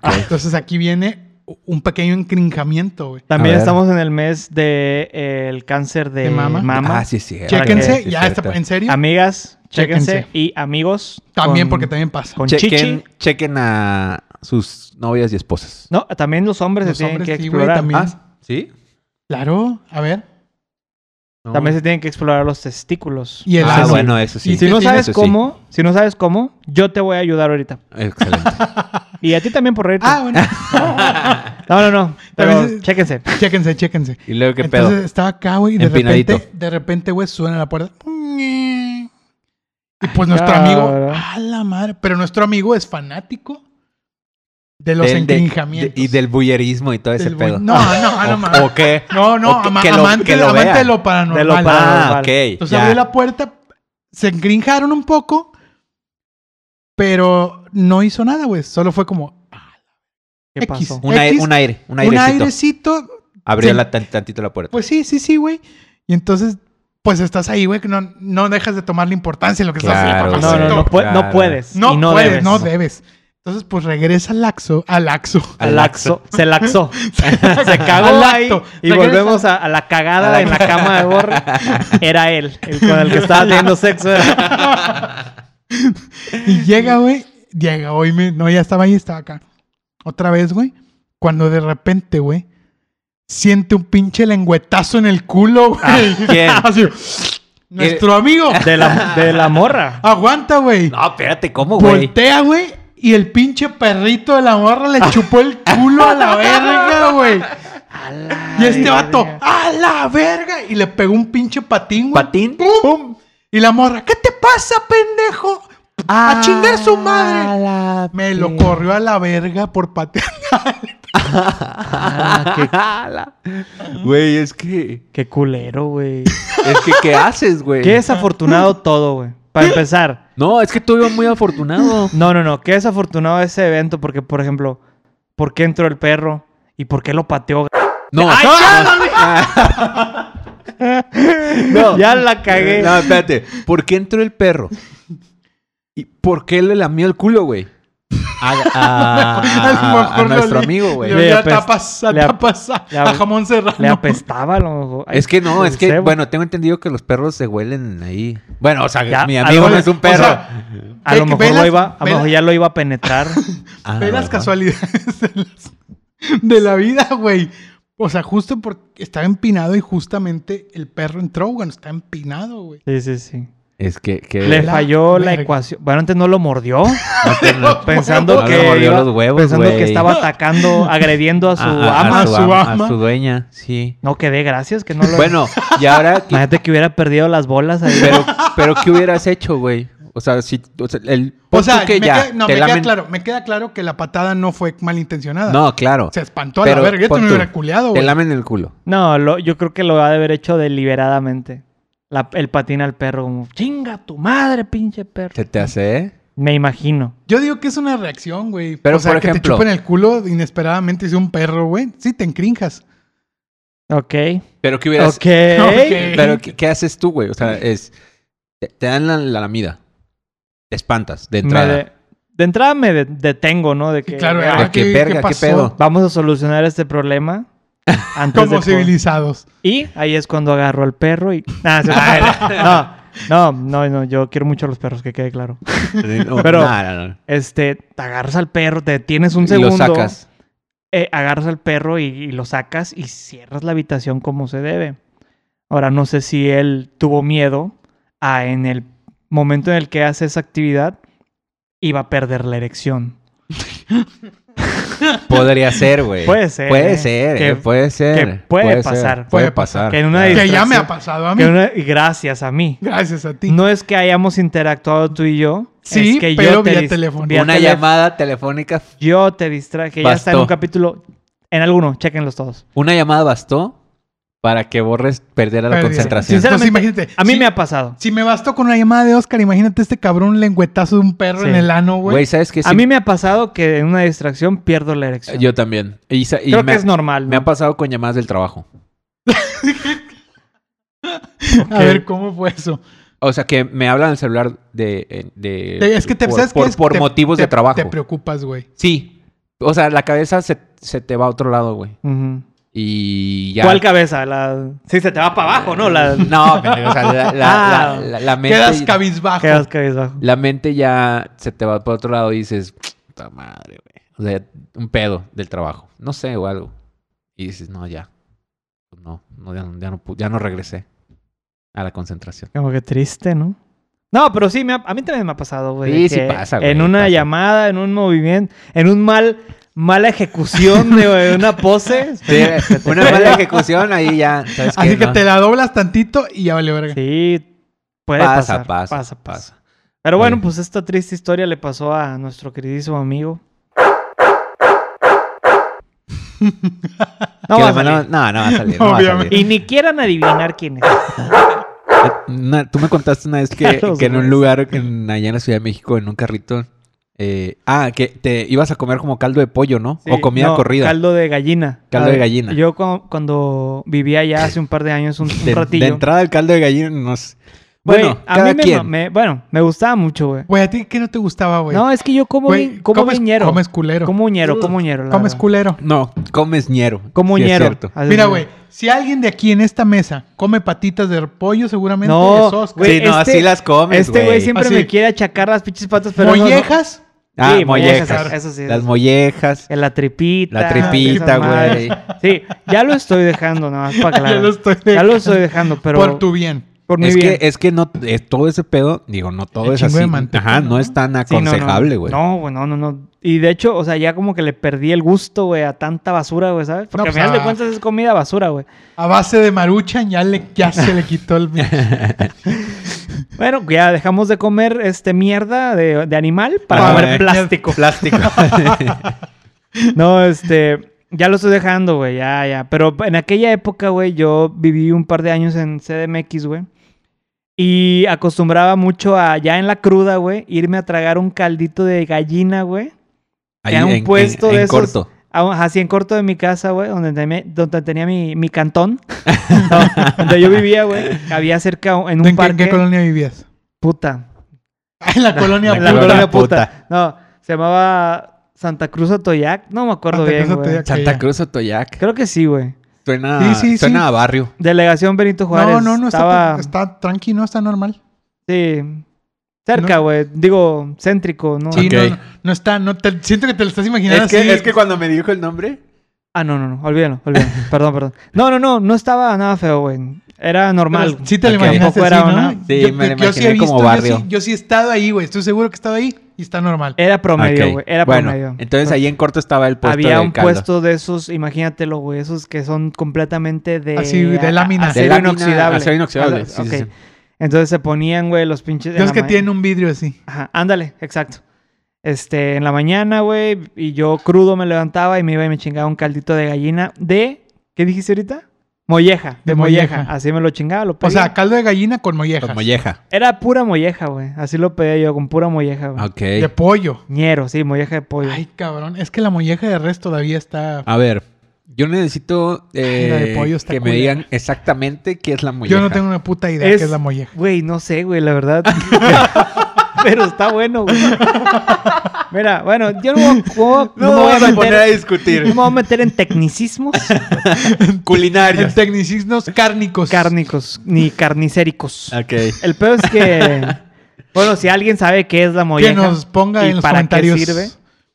Ah, Entonces aquí viene un pequeño encrinjamiento, güey. También ver. estamos en el mes del el chéquense, cáncer de, ¿De mama? mama. Ah, sí, sí. Chéquense, Sí, es ya está, cierto. en serio. Amigas, chéquense. Chéquense. Y amigos. También, con- porque también pasa. Con Chequen, chichi. chequen a sus novias y esposas. No, también los hombres Los se tienen hombres que sí, güey, explorar. también. Ah, ¿sí? Claro, a ver. No. También se tienen que explorar los testículos. Y el ah, sexo. bueno, eso sí. Y Si no Sí, sabes eso sí. cómo, si no sabes cómo, yo te voy a ayudar ahorita. Excelente. Y a ti también por reírte. Ah, bueno. no, no, no. Pero También se- chéquense. chéquense, chéquense. ¿Y luego qué Entonces pedo? estaba acá, güey, y de Empinadito. repente, de repente, güey, suena la puerta. Y pues nuestro cabrón. amigo, a la madre, pero nuestro amigo es fanático de los Del- de- encrinjamientos. de- y del bullerismo y todo ese Del pedo. bu- No, no, no, ¿O, mames. o qué? No, no, o que- ama- que lo- amante, que lo amante vean. de lo paranormal. De lo güey. Ah, paranormal. ok. Entonces ya. abrió la puerta, se engrinjaron un poco, pero no hizo nada, güey. Solo fue como ¿Qué X. pasó? un, aire, X, un aire, un un airecito. airecito. Abrió Sí. la, tan- tantito la puerta. Pues sí, sí, sí, güey. Y entonces, pues estás ahí, güey, que no, no dejas de tomarle importancia en lo que estás Claro, haciendo. No, no, no, Exacto. pue- no Claro. puedes. No, y no puedes, debes. no debes. Entonces, pues regresa al laxo, al laxo. Al laxo. Se laxó. Se cagó ahí y Regresa. volvemos a, a la cagada en la cama de Borre. Era él, el con el que estaba teniendo sexo. era- Y llega, güey. Llega, hoy me. No, ya estaba ahí, estaba acá. Otra vez, güey. Cuando de repente, güey, siente un pinche lengüetazo en el culo, güey. ¿quién? Eh, Así. Nuestro amigo. De la, de la morra. Aguanta, güey. No, espérate, ¿cómo, güey? Voltea, güey. Y el pinche perrito de la morra le chupó el culo a la verga, güey. Y este vato, a la verga. Y le pegó un pinche patín, güey. ¿Patín? ¡Pum! Y la morra, ¿qué te pasa, pendejo? Ah, a chingar su madre. Me lo corrió a la verga por patear. Ala. Güey, es que... Qué culero, güey. Es que, ¿qué haces, güey? Qué desafortunado todo, güey. Para empezar. No, es que tú ibas muy afortunado. No, no, no. Qué desafortunado ese evento porque, por ejemplo, ¿por qué entró el perro? ¿Y por qué lo pateó? No. no. Ya la cagué. No, espérate. ¿Por qué entró el perro? ¿Y por qué le lamió el culo, güey? A, a- a- A lo mejor Ah, a lo nuestro le- amigo, Le güey. le olía a apest- tapas, a pues, le ap- tapas, a, le a ap- jamón serrano. Le apestaba a lo mejor. Ay, Es que no, es no sé, que, güey. bueno, tengo entendido que los perros se huelen ahí. Bueno, o sea, Ya, mi a amigo lo- no es un o perro. sea, A lo ve- mejor ve lo las- iba, a ve lo mejor la- ya lo iba a penetrar. Ah, Ve las bueno. casualidades de, las- de la vida, güey. O sea, justo porque estaba empinado y justamente el perro entró, güey. Está empinado, güey. Sí, sí, sí. Es que... que Le La falló la verga. ecuación. Bueno, antes no lo mordió. Eh, no te- no- pensando no le que mordió iba- los huevos, pensando güey. que estaba atacando, agrediendo a su ama. a su am- ama. A su dueña, sí. No quedé, gracias que no lo. Bueno, y ahora... que- imagínate que hubiera perdido las bolas ahí. Pero, pero ¿qué hubieras hecho, güey? O sea, si... O sea, el... O pon tú sea, que me, ya queda, no, te me queda lamen- claro, me queda claro que la patada no fue malintencionada. No, claro. Se espantó a la verga. Yo pon también tú, hubiera culeado, Te güey. lamen el culo. No, lo- yo creo que lo ha de haber hecho deliberadamente. La- el patín al perro, como chinga tu madre, pinche perro. Se te hace, ¿eh? Me imagino. Yo digo que es una reacción, güey. Pero, o sea, por que te ejemplo- chupen el culo inesperadamente es un perro, güey. Sí, te encrinjas. Ok. Pero ¿qué Ok. hubieras... Ok. Pero ¿qué, qué haces tú, güey? O sea, es... Te, te dan la, la lamida. Te espantas de Me entrada. eh. de, de entrada me de- detengo, ¿no? De que claro, ya, ah, qué verga, qué pedo. vamos a solucionar este problema. antes Como del COVID. civilizados. Y ahí es cuando agarro al perro y... Nah, se- no, no, no, no, yo quiero mucho a los perros, que quede claro. Pero- Este, te agarras al perro, te detienes un Y lo segundo. sacas. eh, agarras al perro y, y lo sacas y cierras la habitación como se debe. Ahora, no sé si él tuvo miedo a en el momento en el que hace esa actividad iba a perder la erección. Podría ser, güey. Puede ser, eh. Puede ser, Que- eh, puede ser. que puede ser, pasar. Puede pasar. Que en una Claro. Que ya me distracción. ha pasado a mí. Que una- y gracias a mí. Gracias a ti. No es que hayamos interactuado tú y yo. Sí, es que pero te vía dis- teléfono. vía Una tele- llamada telefónica. Yo te distraje. que Ya está en Bastó. un capítulo. En alguno, chequenlos todos. Una llamada bastó para que borres perdiera la Perdí. concentración. Entonces, Sinceramente, imagínate, A mí si- me ha pasado. Si me bastó con una llamada de Oscar, imagínate este cabrón lengüetazo de un perro Sí. en el ano, Güey, güey. ¿sabes qué? A Sí, mí me ha pasado que en una distracción pierdo la erección. Yo también. Y, sa- y Creo me, que es normal. me ¿no? ha pasado con llamadas del trabajo. A ver, ¿cómo fue eso? O sea, que me hablan al celular de... eh, de- Te- Eh, es que te, por, ¿sabes qué por- es? por Te- motivos te- de trabajo. Te preocupas, güey. sí. O sea, la cabeza se, se te va a otro lado, güey. Ujú. Y ya... ¿Cuál cabeza? La... Sí, se te va para abajo, ¿no? La... No, pendejo, o sea, la, la- Ah. la- la- la mente... Quedas cabizbajo. Quedas cabizbajo. La mente ya se te va por otro lado y dices, puta madre, güey. O sea, un pedo del trabajo. No sé, o algo. Y dices, no, ya. Pues No, no, ya, no- ya no, pu- ya no regresé a la concentración. Como que triste, ¿no? No, pero sí, me ha- a mí también me ha pasado, güey. Sí, de sí que pasa, güey, En una pasa. llamada, en un movimiento, en un mal, mala ejecución de de una pose. una mala ejecución ahí ya. ¿sabes Así qué? que No. te la doblas tantito y ya vale verga. Sí, puede pasa, pasar. pasa, pasa, pasa, pasa. Pero bueno, Sí. pues esta triste historia le pasó a nuestro queridísimo amigo. No Que va a la mano- salir. no, no va a salir. no va a Obviamente. salir. Y ni quieran adivinar quién es. Una- tú me contaste una vez que, Carlos que en Gómez. un lugar en- allá en la Ciudad de México, en un carrito. eh, ah, que te ibas a comer como caldo de pollo, ¿no? o Sí, comida no, corrida. Caldo de gallina. Caldo A ver, de gallina. Yo cu- cuando, vivía ya hace un par de años, un, un de, ratillo. de entrada el caldo de gallina no sé. Güey, Bueno, a cada mí me, quien. ma- me- bueno, me gustaba mucho, güey. Güey, ¿a ti qué no te gustaba, güey? No, es que yo como, Güey, bien- como comes- ñero. Comes culero. Como ñero, como ñero. la Comes verdad. culero. No, comes ñero. Como sí es ñero. cierto. Así Mira, es. güey, si alguien de aquí en esta mesa come patitas de pollo, seguramente No, es Oscar. güey, sí, no, este- así las comes, Este güey siempre Así. me quiere achacar las pinches patas, pero. no, no. Mollejas, Ah, Sí, mollejas, mollejas. eso sí, Las eso sí. mollejas, En La tripita. la tripita, esas madres. güey. Sí, ya lo estoy dejando, nada más para aclarar. Ya lo estoy Ya lo dejando. estoy dejando, pero. por tu bien. por mi Es bien. que, es que no, es todo ese pedo, digo, no todo El es chingo así. de manteca, Ajá, ¿no? ¿no? es tan Sí, no, no. aconsejable, güey. No, güey, no, no, no. Y de hecho, o sea, ya como que le perdí el gusto, güey, a tanta basura, güey, ¿sabes? Porque No, al pues, final de a- cuentas es comida basura, güey. A base de maruchan ya, le, ya se le quitó el... Para, Bueno, ya dejamos de comer este mierda de, de animal para Ah, comer güey. plástico. Plástico. No, este. Ya lo estoy dejando, güey, ya, ya. Pero en aquella época, güey, yo viví un par de años en CDMX, güey. Y acostumbraba mucho a, ya en la cruda, güey, irme a tragar un caldito de gallina, güey. Ahí Era un en, puesto en- de en esos- corto. a- Así en corto de mi casa, güey, donde, tenía- donde tenía mi, mi cantón. No, donde yo vivía, güey. Había cerca un- en un ¿En, qué, en parque. qué colonia vivías? Puta. Ah, En la colonia... la La pura. colonia colonia puta. puta. No, se llamaba Santa Cruz Atoyac. No me acuerdo Santa bien, Cruz güey. Atoyac. Santa ya. Cruz Otoyac. Creo que sí, güey. Suena, Sí, sí, sí. suena a barrio. Delegación Benito Juárez. No, no, no, estaba. está, está tranqui, no está normal. Sí. Cerca, güey. Digo, céntrico, ¿no? Sí, Ok. no, no, no está, no te, siento que te lo estás imaginando Es que, así. es que cuando me dijo el nombre, Ah, no, no, no. Olvídalo, olvídalo. perdón, perdón. No, no, no. No estaba nada feo, güey. Era normal. Pero Sí te lo Ok. imaginaste Tampoco así, era ¿no? una- Sí, me lo yo sí he imaginé como visto, Yo sí, barrio. yo sí he estado ahí, güey. Estoy seguro que he estado ahí y está normal. Era promedio, Ok. güey. Era bueno, promedio. Entonces ahí en corto estaba el puesto Había de un caldo. puesto de esos, imagínatelo, güey, esos que son completamente de... Así, Ah, de a- lámina. Acero De lámina, inoxidable. acero inoxidable, Ah, sí, sí, ok. sí. Entonces se ponían, güey, los pinches... en Yo es la que ma- tienen un vidrio así. Ajá, ándale, exacto. Este, en la mañana, güey, y yo crudo me levantaba y me iba y me chingaba un caldito de gallina de... ¿Qué dijiste ahorita? Molleja. De, De molleja. molleja. Así me lo chingaba, lo pedía. O sea, caldo de gallina con mollejas. Con molleja. Era pura molleja, güey. Así lo pedía yo, con pura molleja, güey. Ok. De pollo. Ñero, sí, molleja de pollo. Ay, cabrón. Es que la molleja de res todavía está... A ver, yo necesito Ay, la de eh, pollo está que me culera. digan exactamente qué es la molleja. Yo no tengo una puta idea qué es la molleja. Güey, no sé, güey, la verdad. Pero está bueno, güey. Mira, bueno, yo no, voy a- no me voy a meter, no me voy a meter en tecnicismos Culinarios. En tecnicismos cárnicos. cárnicos ni carnicéricos. Ok. El peor es que, bueno, si alguien sabe qué es la molleja, Que nos ponga ¿Y en los para qué comentarios. sirve?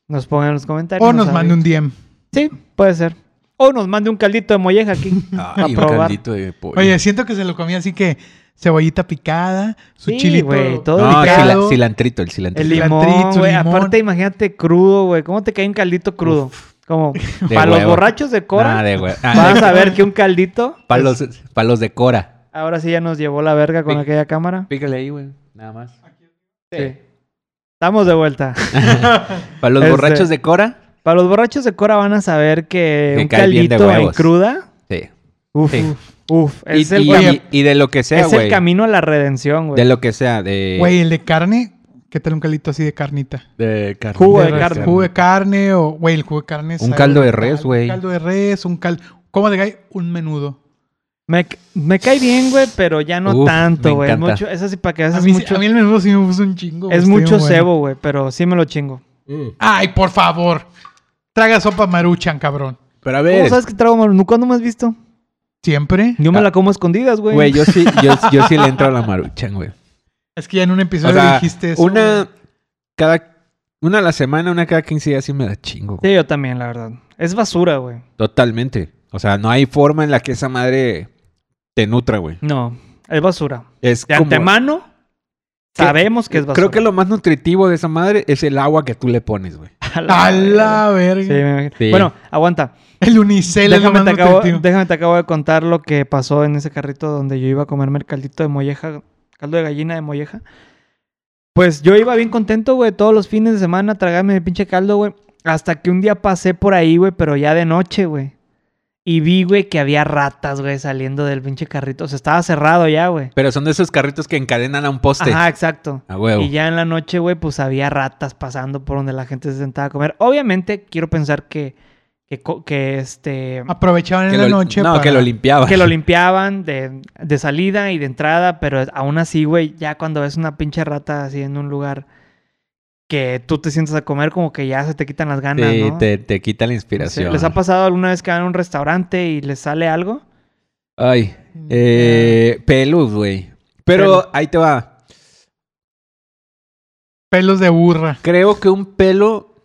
nos ponga en los comentarios. O nos mande un DM. Sí, puede ser. O nos mande un caldito de molleja aquí. a Ay, un probar. caldito de pollo. Oye, siento que se lo comía así que cebollita picada, su Sí, chilito güey, todo no, picado. cila- cilantrito, el El cilantrito. limón, Cilantrito, güey. limón. Aparte, imagínate crudo, güey. ¿Cómo te cae un caldito crudo? Como para los huevo. borrachos de Cora, Nah, de hue- Ah, vas de- a ver que un caldito. Para los, para los de Cora. Ahora sí ya nos llevó la verga con Pic- aquella cámara. Pícale ahí, güey. Nada más. Sí. Estamos de vuelta. Para los Este- borrachos de Cora. Para los borrachos de Cora van a saber que Que un cae bien de caldito en huevos. cruda. Sí. Uf, Sí. uf, uf. Es, y, el, y- cami- y de lo que sea, es el güey. camino a la redención, De güey. lo que sea, de. Güey, el de carne, ¿qué tal un calito así de carnita? De carne. Jugo de res, carne. Jugo de carne o, güey, el jugo de carne. sabe caldo de brutal. res, güey. Un caldo de res, un caldo. ¿Cómo te cae? Un menudo. Me, ca- me cae bien, güey, pero ya no Uf, tanto, me güey. Es encanta. mucho, eso sí, para que veas, A es mí, sí- mucho, a mí el menudo sí me puso un chingo. güey, es está bien mucho bueno. cebo, güey, pero sí me lo chingo. Mm. Ay, por favor. Traga sopa maruchan, cabrón. Pero a ¿Cómo ver. sabes que trago maruchan? ¿Cuándo me has visto? Siempre. Yo me Ah. la como a escondidas, güey. Güey, yo sí, yo, yo sí le entro a la maruchan, güey. Es que ya en un O episodio sea, dijiste eso. una güey. cada una a la semana, una cada 15 días sí me da chingo. güey. Sí, yo también, la verdad. Es basura, güey. Totalmente. O sea, no hay forma en la que esa madre te nutra, güey. No, es basura. Es De como- antemano, ¿Qué? sabemos que es basura. Creo que lo más nutritivo de esa madre es el agua que tú le pones, güey. A la A verga. la verga. Sí, me imagino. Sí. Bueno, aguanta. El unicel es lo Déjame más te, acabo, nutritivo. déjame te acabo de contar lo que pasó en ese carrito donde yo iba a comerme el caldito de molleja, caldo de gallina de molleja. Pues yo iba bien contento, güey, todos los fines de semana a tragarme mi pinche caldo, güey. Hasta que un día pasé por ahí, güey, pero ya de noche, güey. Y vi, güey, que había ratas, güey, saliendo del pinche carrito. O sea, estaba cerrado ya, güey. Pero son de esos carritos que encadenan a un poste. Ajá, exacto. A huevo. Y ya en la noche, güey, pues había ratas pasando por donde la gente se sentaba a comer. Obviamente, quiero pensar que, que, co- que este... Aprovechaban Que en la lo- noche. no, para- que lo limpiaba. Que lo limpiaban de, de salida y de entrada, pero aún así, güey, ya cuando ves una pinche rata así en un lugar que tú te sientas a comer, como que ya se te quitan las ganas, Sí, ¿no? te, te quita la Sí, inspiración. ¿Les ha pasado alguna vez que van a un restaurante y les sale algo? Ay, Mm. Mm. eh, pelus, güey. Pero Pelo. ahí te va. Pelos de burra. Creo que un pelo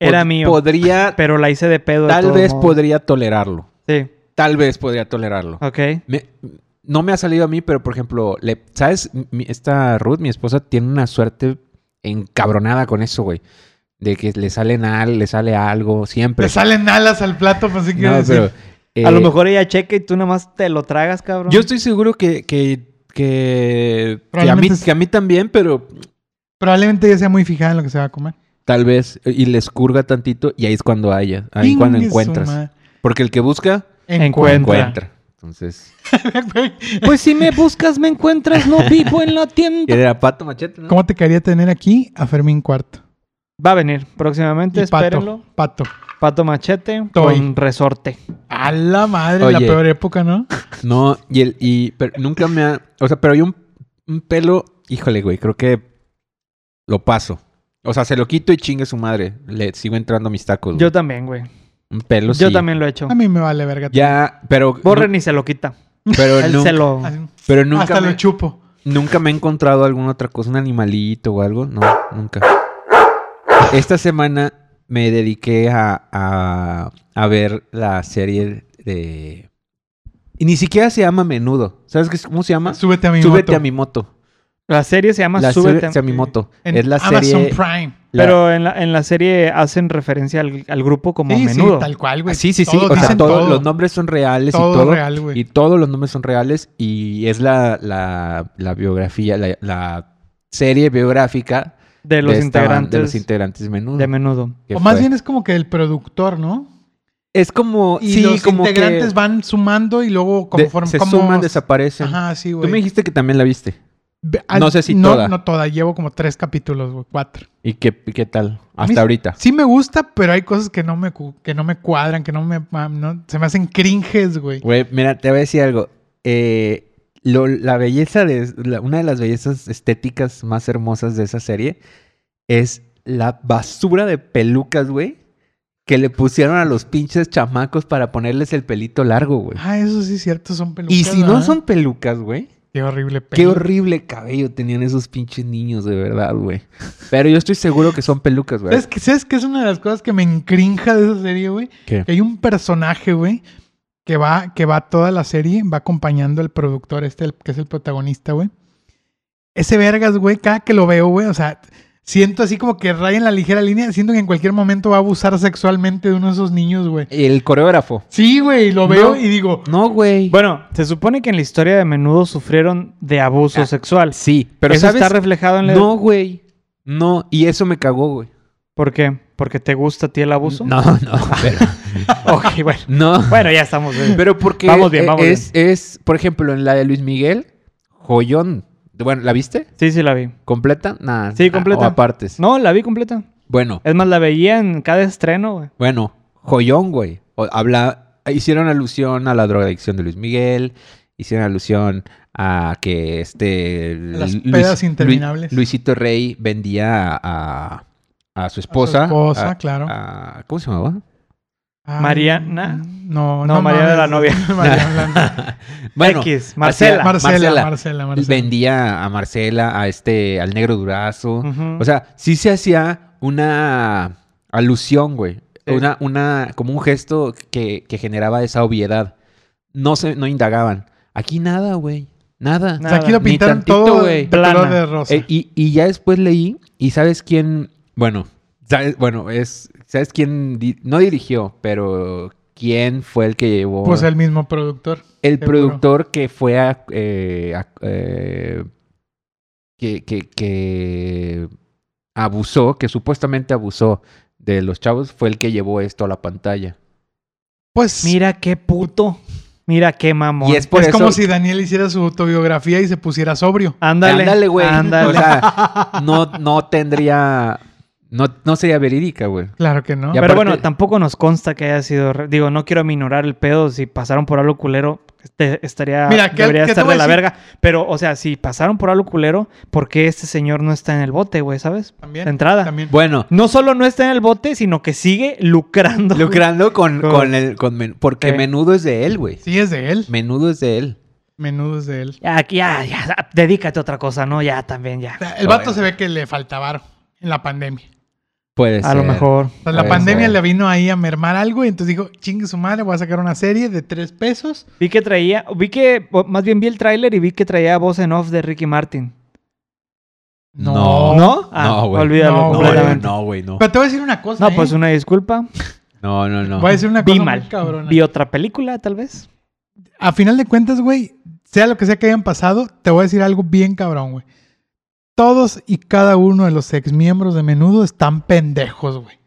Era pod- mío, podría, pero la hice de pedo. de tal todos vez modos. podría tolerarlo. Sí, Tal vez podría tolerarlo. ok. Me- no me ha salido a mí, pero por ejemplo, le, ¿sabes? Mi- esta Ruth, mi esposa, tiene una suerte encabronada con eso, güey. De que le salen al, le sale algo, siempre. Le salen alas al plato, pues así que No, decir. pero, a lo eh, mejor ella checa y tú nomás te lo tragas, cabrón. Yo estoy seguro que, que, que, que a, mí, Probablemente es- que a mí también, pero Probablemente ya sea muy fijada en lo que se va a comer. tal vez, y les curga tantito, y ahí es cuando haya, ahí es cuando Chingue su encuentras. madre. Porque el que busca, Encuentra. Encuentra. encuentra. Entonces, Pues si me buscas, me encuentras, no vivo en la y tienda. era pato machete, ¿no? ¿Cómo te quería tener aquí a Fermín Cuarto? Va a venir próximamente, Y espérenlo. Pato. Pato. Pato Machete Toy. con resorte. A la madre, la Oye. peor época, ¿no? No, y el, y pero nunca me ha. O sea, pero hay un, un pelo. Híjole, güey, creo que lo paso. O sea, se lo quito y chingue su madre. Le sigo entrando a mis tacos. Yo Yo, también, güey. un pelo, Yo sí. también lo he hecho. A mí me vale verga. Ya, pero. Borren y se lo quita. nu- pero, Él nu- se lo. Así. pero nunca. Hasta me, lo chupo. Nunca me he encontrado alguna otra cosa, un animalito o algo. No, nunca. Esta semana me dediqué a, a, a ver la serie de. Y ni siquiera se llama menudo. ¿Sabes qué, es- cómo se llama? Súbete a mi ¿Ah? Súbete moto. a mi moto. La serie se llama La Súbete. Súbete a mi moto. En es la Amazon serie. Prime. la- Pero en la, en la serie hacen referencia al, al grupo como sí, menudo. sí, tal cual, güey. Ah, sí, sí, sí. Todos o sea, dicen todos todo. los nombres son reales Todo y todo. real, güey. y todos los nombres son reales. Y es la, la, la biografía, la, la serie biográfica de los esta ban- integrantes de de, los integrantes menudo. menudo. que O más fue- bien es como que el productor, ¿no? es como. Y sí, los como integrantes que van sumando y luego como de- form- se como- suman, desaparecen. Ajá, sí, Tú me güey. dijiste que también la viste. Ve- no sé si toda. No toda, llevo como tres capítulos, güey, cuatro. ¿Y qué, y qué tal? Hasta Mis- ahorita. Sí me gusta, pero hay cosas que no me, cu- que no me cuadran, que no me... ah, no- se me hacen cringes, güey. Güey, mira, te voy a decir algo. Eh, lo- la belleza de. la- una de las bellezas estéticas más hermosas de esa serie es la basura de pelucas, güey, que le pusieron a los pinches chamacos para ponerles el pelito largo, güey. Ah, eso sí es cierto, son pelucas. Y si no ¿verdad? son pelucas, güey, Qué horrible qué pelo. horrible cabello tenían esos pinches niños, de verdad, güey. Pero yo estoy seguro que son pelucas, güey. ¿Sabes qué, ¿Sabes qué es una de las cosas que me encrinja de esa serie, güey? ¿Qué? Que hay un personaje, güey, que va, que va toda la serie, va acompañando al productor este, el- que es el protagonista, güey. Ese vergas, güey, cada que lo veo, güey, o sea, siento así como que raya en la ligera línea, siento que en cualquier momento va a abusar sexualmente de uno de esos niños, güey. El coreógrafo. Sí, güey, lo veo No. y digo, No, güey. Bueno, se supone que en la historia de menudo sufrieron de abuso Ah, sexual. sí, pero Eso ¿sabes? está reflejado en la... No, güey. No, y eso me cagó, güey. ¿Por qué? ¿Porque te gusta a ti el abuso? No, no, pero- Ok, bueno. no. Bueno, ya estamos. eh. Pero porque Vamos bien, vamos es, es, por ejemplo, en la de Luis Miguel, joyón. Bueno, ¿la viste? Sí, sí la vi. ¿Completa? Nada. Sí, completa. O apartes. No, la vi completa. Bueno, Es más, la veía en cada estreno, güey. bueno, joyón, güey. O- Habla, hicieron alusión a la drogadicción de Luis Miguel, hicieron alusión a que este... las Luis- pedas Luis- interminables. Luisito Rey vendía a, a su esposa. Ah, esposa, a- claro. a- ¿Cómo se llamaba? Ay, Mariana. No, No, Mariana mames, la novia. Mariana la- Bueno, X, Marcela. Marcela. Marcela, Marcela, Marcela. vendía a Marcela, a este, al negro durazo. Ujú. O sea, sí se hacía una alusión, güey. Sí. Una, una, como un gesto que, que generaba esa obviedad. No se, no indagaban. Aquí nada, güey. Nada. O sea, aquí Nada, lo ni pintaron tantito, todo güey. de color Plana. de rosa. Eh, y, y ya después leí, y sabes quién, bueno, sabes, bueno, es, sabes quién, di- no dirigió, pero quién fue el que llevó pues el mismo productor. el seguro. productor que fue a, eh, a- eh, que, que, que abusó, que supuestamente abusó de los chavos, fue el que llevó esto a la pantalla. Pues Mira qué puto. Mira qué mamón. Y es por es eso. como si Daniel hiciera su autobiografía y se pusiera sobrio. Ándale. Ándale, güey. Ándale. O sea, no, no tendría. No, no sería verídica, güey. Claro que no. Ya- Pero aparte- bueno, tampoco nos consta que haya sido. re- Digo, no quiero minorar el pedo. Si pasaron por algo culero, este- estaría. Mira, que- debería que te estar voy de a la decir- verga. Pero, o sea, si pasaron por algo culero, ¿por qué este señor no está en el bote, güey? ¿Sabes? También, De entrada. También. Bueno, No solo no está en el bote, sino que sigue lucrando. güey. lucrando con, Con- con el. Con men- porque Sí. menudo es de él, güey. Sí, es de él. Menudo es de él. Menudo es de él. Ya, aquí, ya, ya, dedícate a otra cosa, ¿no? Ya, también, ya. O sea, El vato se ve que le faltaba varo en la pandemia. Puede A lo ser. mejor. O sea, la Puede pandemia ser. le vino ahí a mermar algo y entonces dijo, chingue su madre, voy a sacar una serie de tres pesos. Vi que traía, vi que, o más bien vi el tráiler y vi que traía voz en off de Ricky Martin. No. ¿No? Ah, No, güey. Olvídalo No, No, güey, completamente. No, no, güey, no. Pero te voy a decir una cosa, ¿eh? pues una disculpa. No, no, no. Voy a decir una Vi cosa mal. muy cabrona. Vi otra película, tal vez. A final de cuentas, güey, sea lo que sea que hayan pasado, te voy a decir algo bien cabrón, güey. Todos y cada uno de los exmiembros de Menudo están pendejos, güey.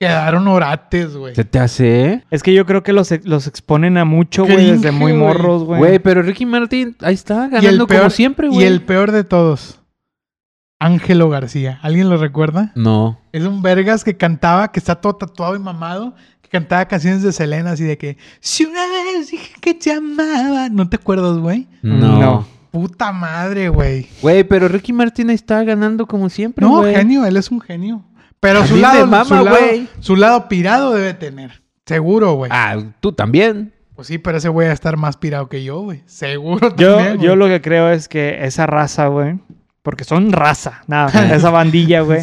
Quedaron orates, güey. ¿Se te hace? Es que yo creo que los, ex- los exponen a mucho, güey, Cringe, desde muy güey. morros, güey. Güey, pero Ricky Martin, ahí está, ganando como siempre, güey. Y el peor de todos. Ángelo García. ¿Alguien lo recuerda? No. Es un vergas que cantaba, que está todo tatuado y mamado, que cantaba canciones de Selena así de que si una vez dije que te amaba. ¿No te acuerdas, güey? No. Mm, No. Puta madre, güey. Güey, pero Ricky Martin ahí está ganando como siempre, No, güey. genio, él es un genio. Pero A su mí me lado, mama, su, lado, güey. su lado pirado debe tener. Seguro, güey. Ah, tú también. Pues sí, pero ese güey va a estar más pirado que yo, güey. Seguro Yo, también. güey. yo lo que creo es que esa raza, güey, porque son raza, nada, esa bandilla, güey,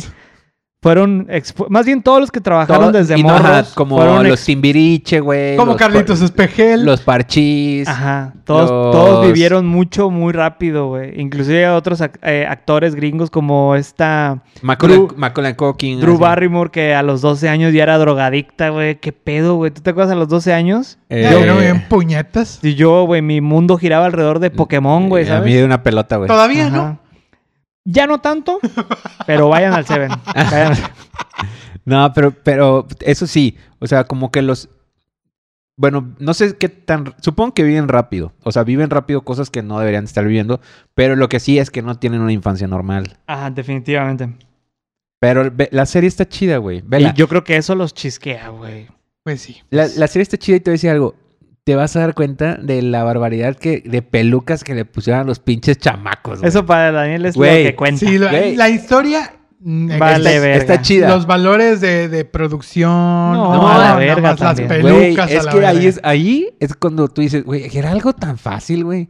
fueron, expo- más bien todos los que trabajaron Todo- desde y no, morros, ajá, como fueron los Timbiriche, güey. Como los Carlitos par- Espejel. Los Parchís. Ajá, todos, Los- todos vivieron mucho, muy rápido, güey. Inclusive otros ac- eh, actores gringos como esta Macaulay Drew- Macaulay Culkin. Drew así. Barrymore que a los 12 años ya era drogadicta, güey. ¿Qué pedo, güey? ¿Tú te acuerdas a los 12 años? Eh, Ya vieron bien puñetas. Y yo, güey, mi mundo giraba alrededor de Pokémon, güey, eh, A mí ¿sabes? de una pelota, güey. Todavía, Ajá. ¿no? Ya no tanto, pero vayan al Seven. Vayan al- No, pero, pero eso sí. O sea, como que los... Bueno, no sé qué tan... Supongo que viven rápido. O sea, viven rápido cosas que no deberían estar viviendo. Pero lo que sí es que no tienen una infancia normal. Ajá, definitivamente. Pero ve- la serie está chida, güey. Y Vela. yo creo que eso los chisquea, güey. Pues sí. La, la serie está chida y te voy a decir algo. Te vas a dar cuenta de la barbaridad que, de pelucas que le pusieron a los pinches chamacos, güey. Eso para Daniel es Güey, lo que cuenta. Sí, lo- Güey. la historia mm, Vale, está- verga. Está chida. Los valores de, de producción. No, nada a la más verga las Güey, también. pelucas. a es la que ahí verga. es, ahí es cuando tú dices, güey, era algo tan fácil, güey.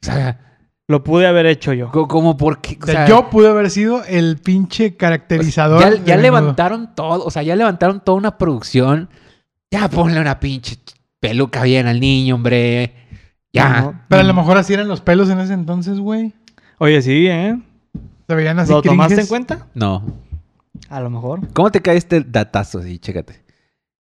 O sea, Lo pude haber hecho yo. co- como porque... O sea, yo pude haber sido el pinche caracterizador. Pues, ya, ya de menudo. levantaron todo, o sea, ya levantaron toda una producción. Ya ponle una pinche peluca bien al niño, hombre. Ya. No, Pero a lo mm. mejor así eran los pelos en ese entonces, güey. Oye, sí, ¿eh? Se veían así ¿Lo tomaste en cringes. cuenta? No. A lo mejor. ¿Cómo te cae este datazo? Sí, chécate.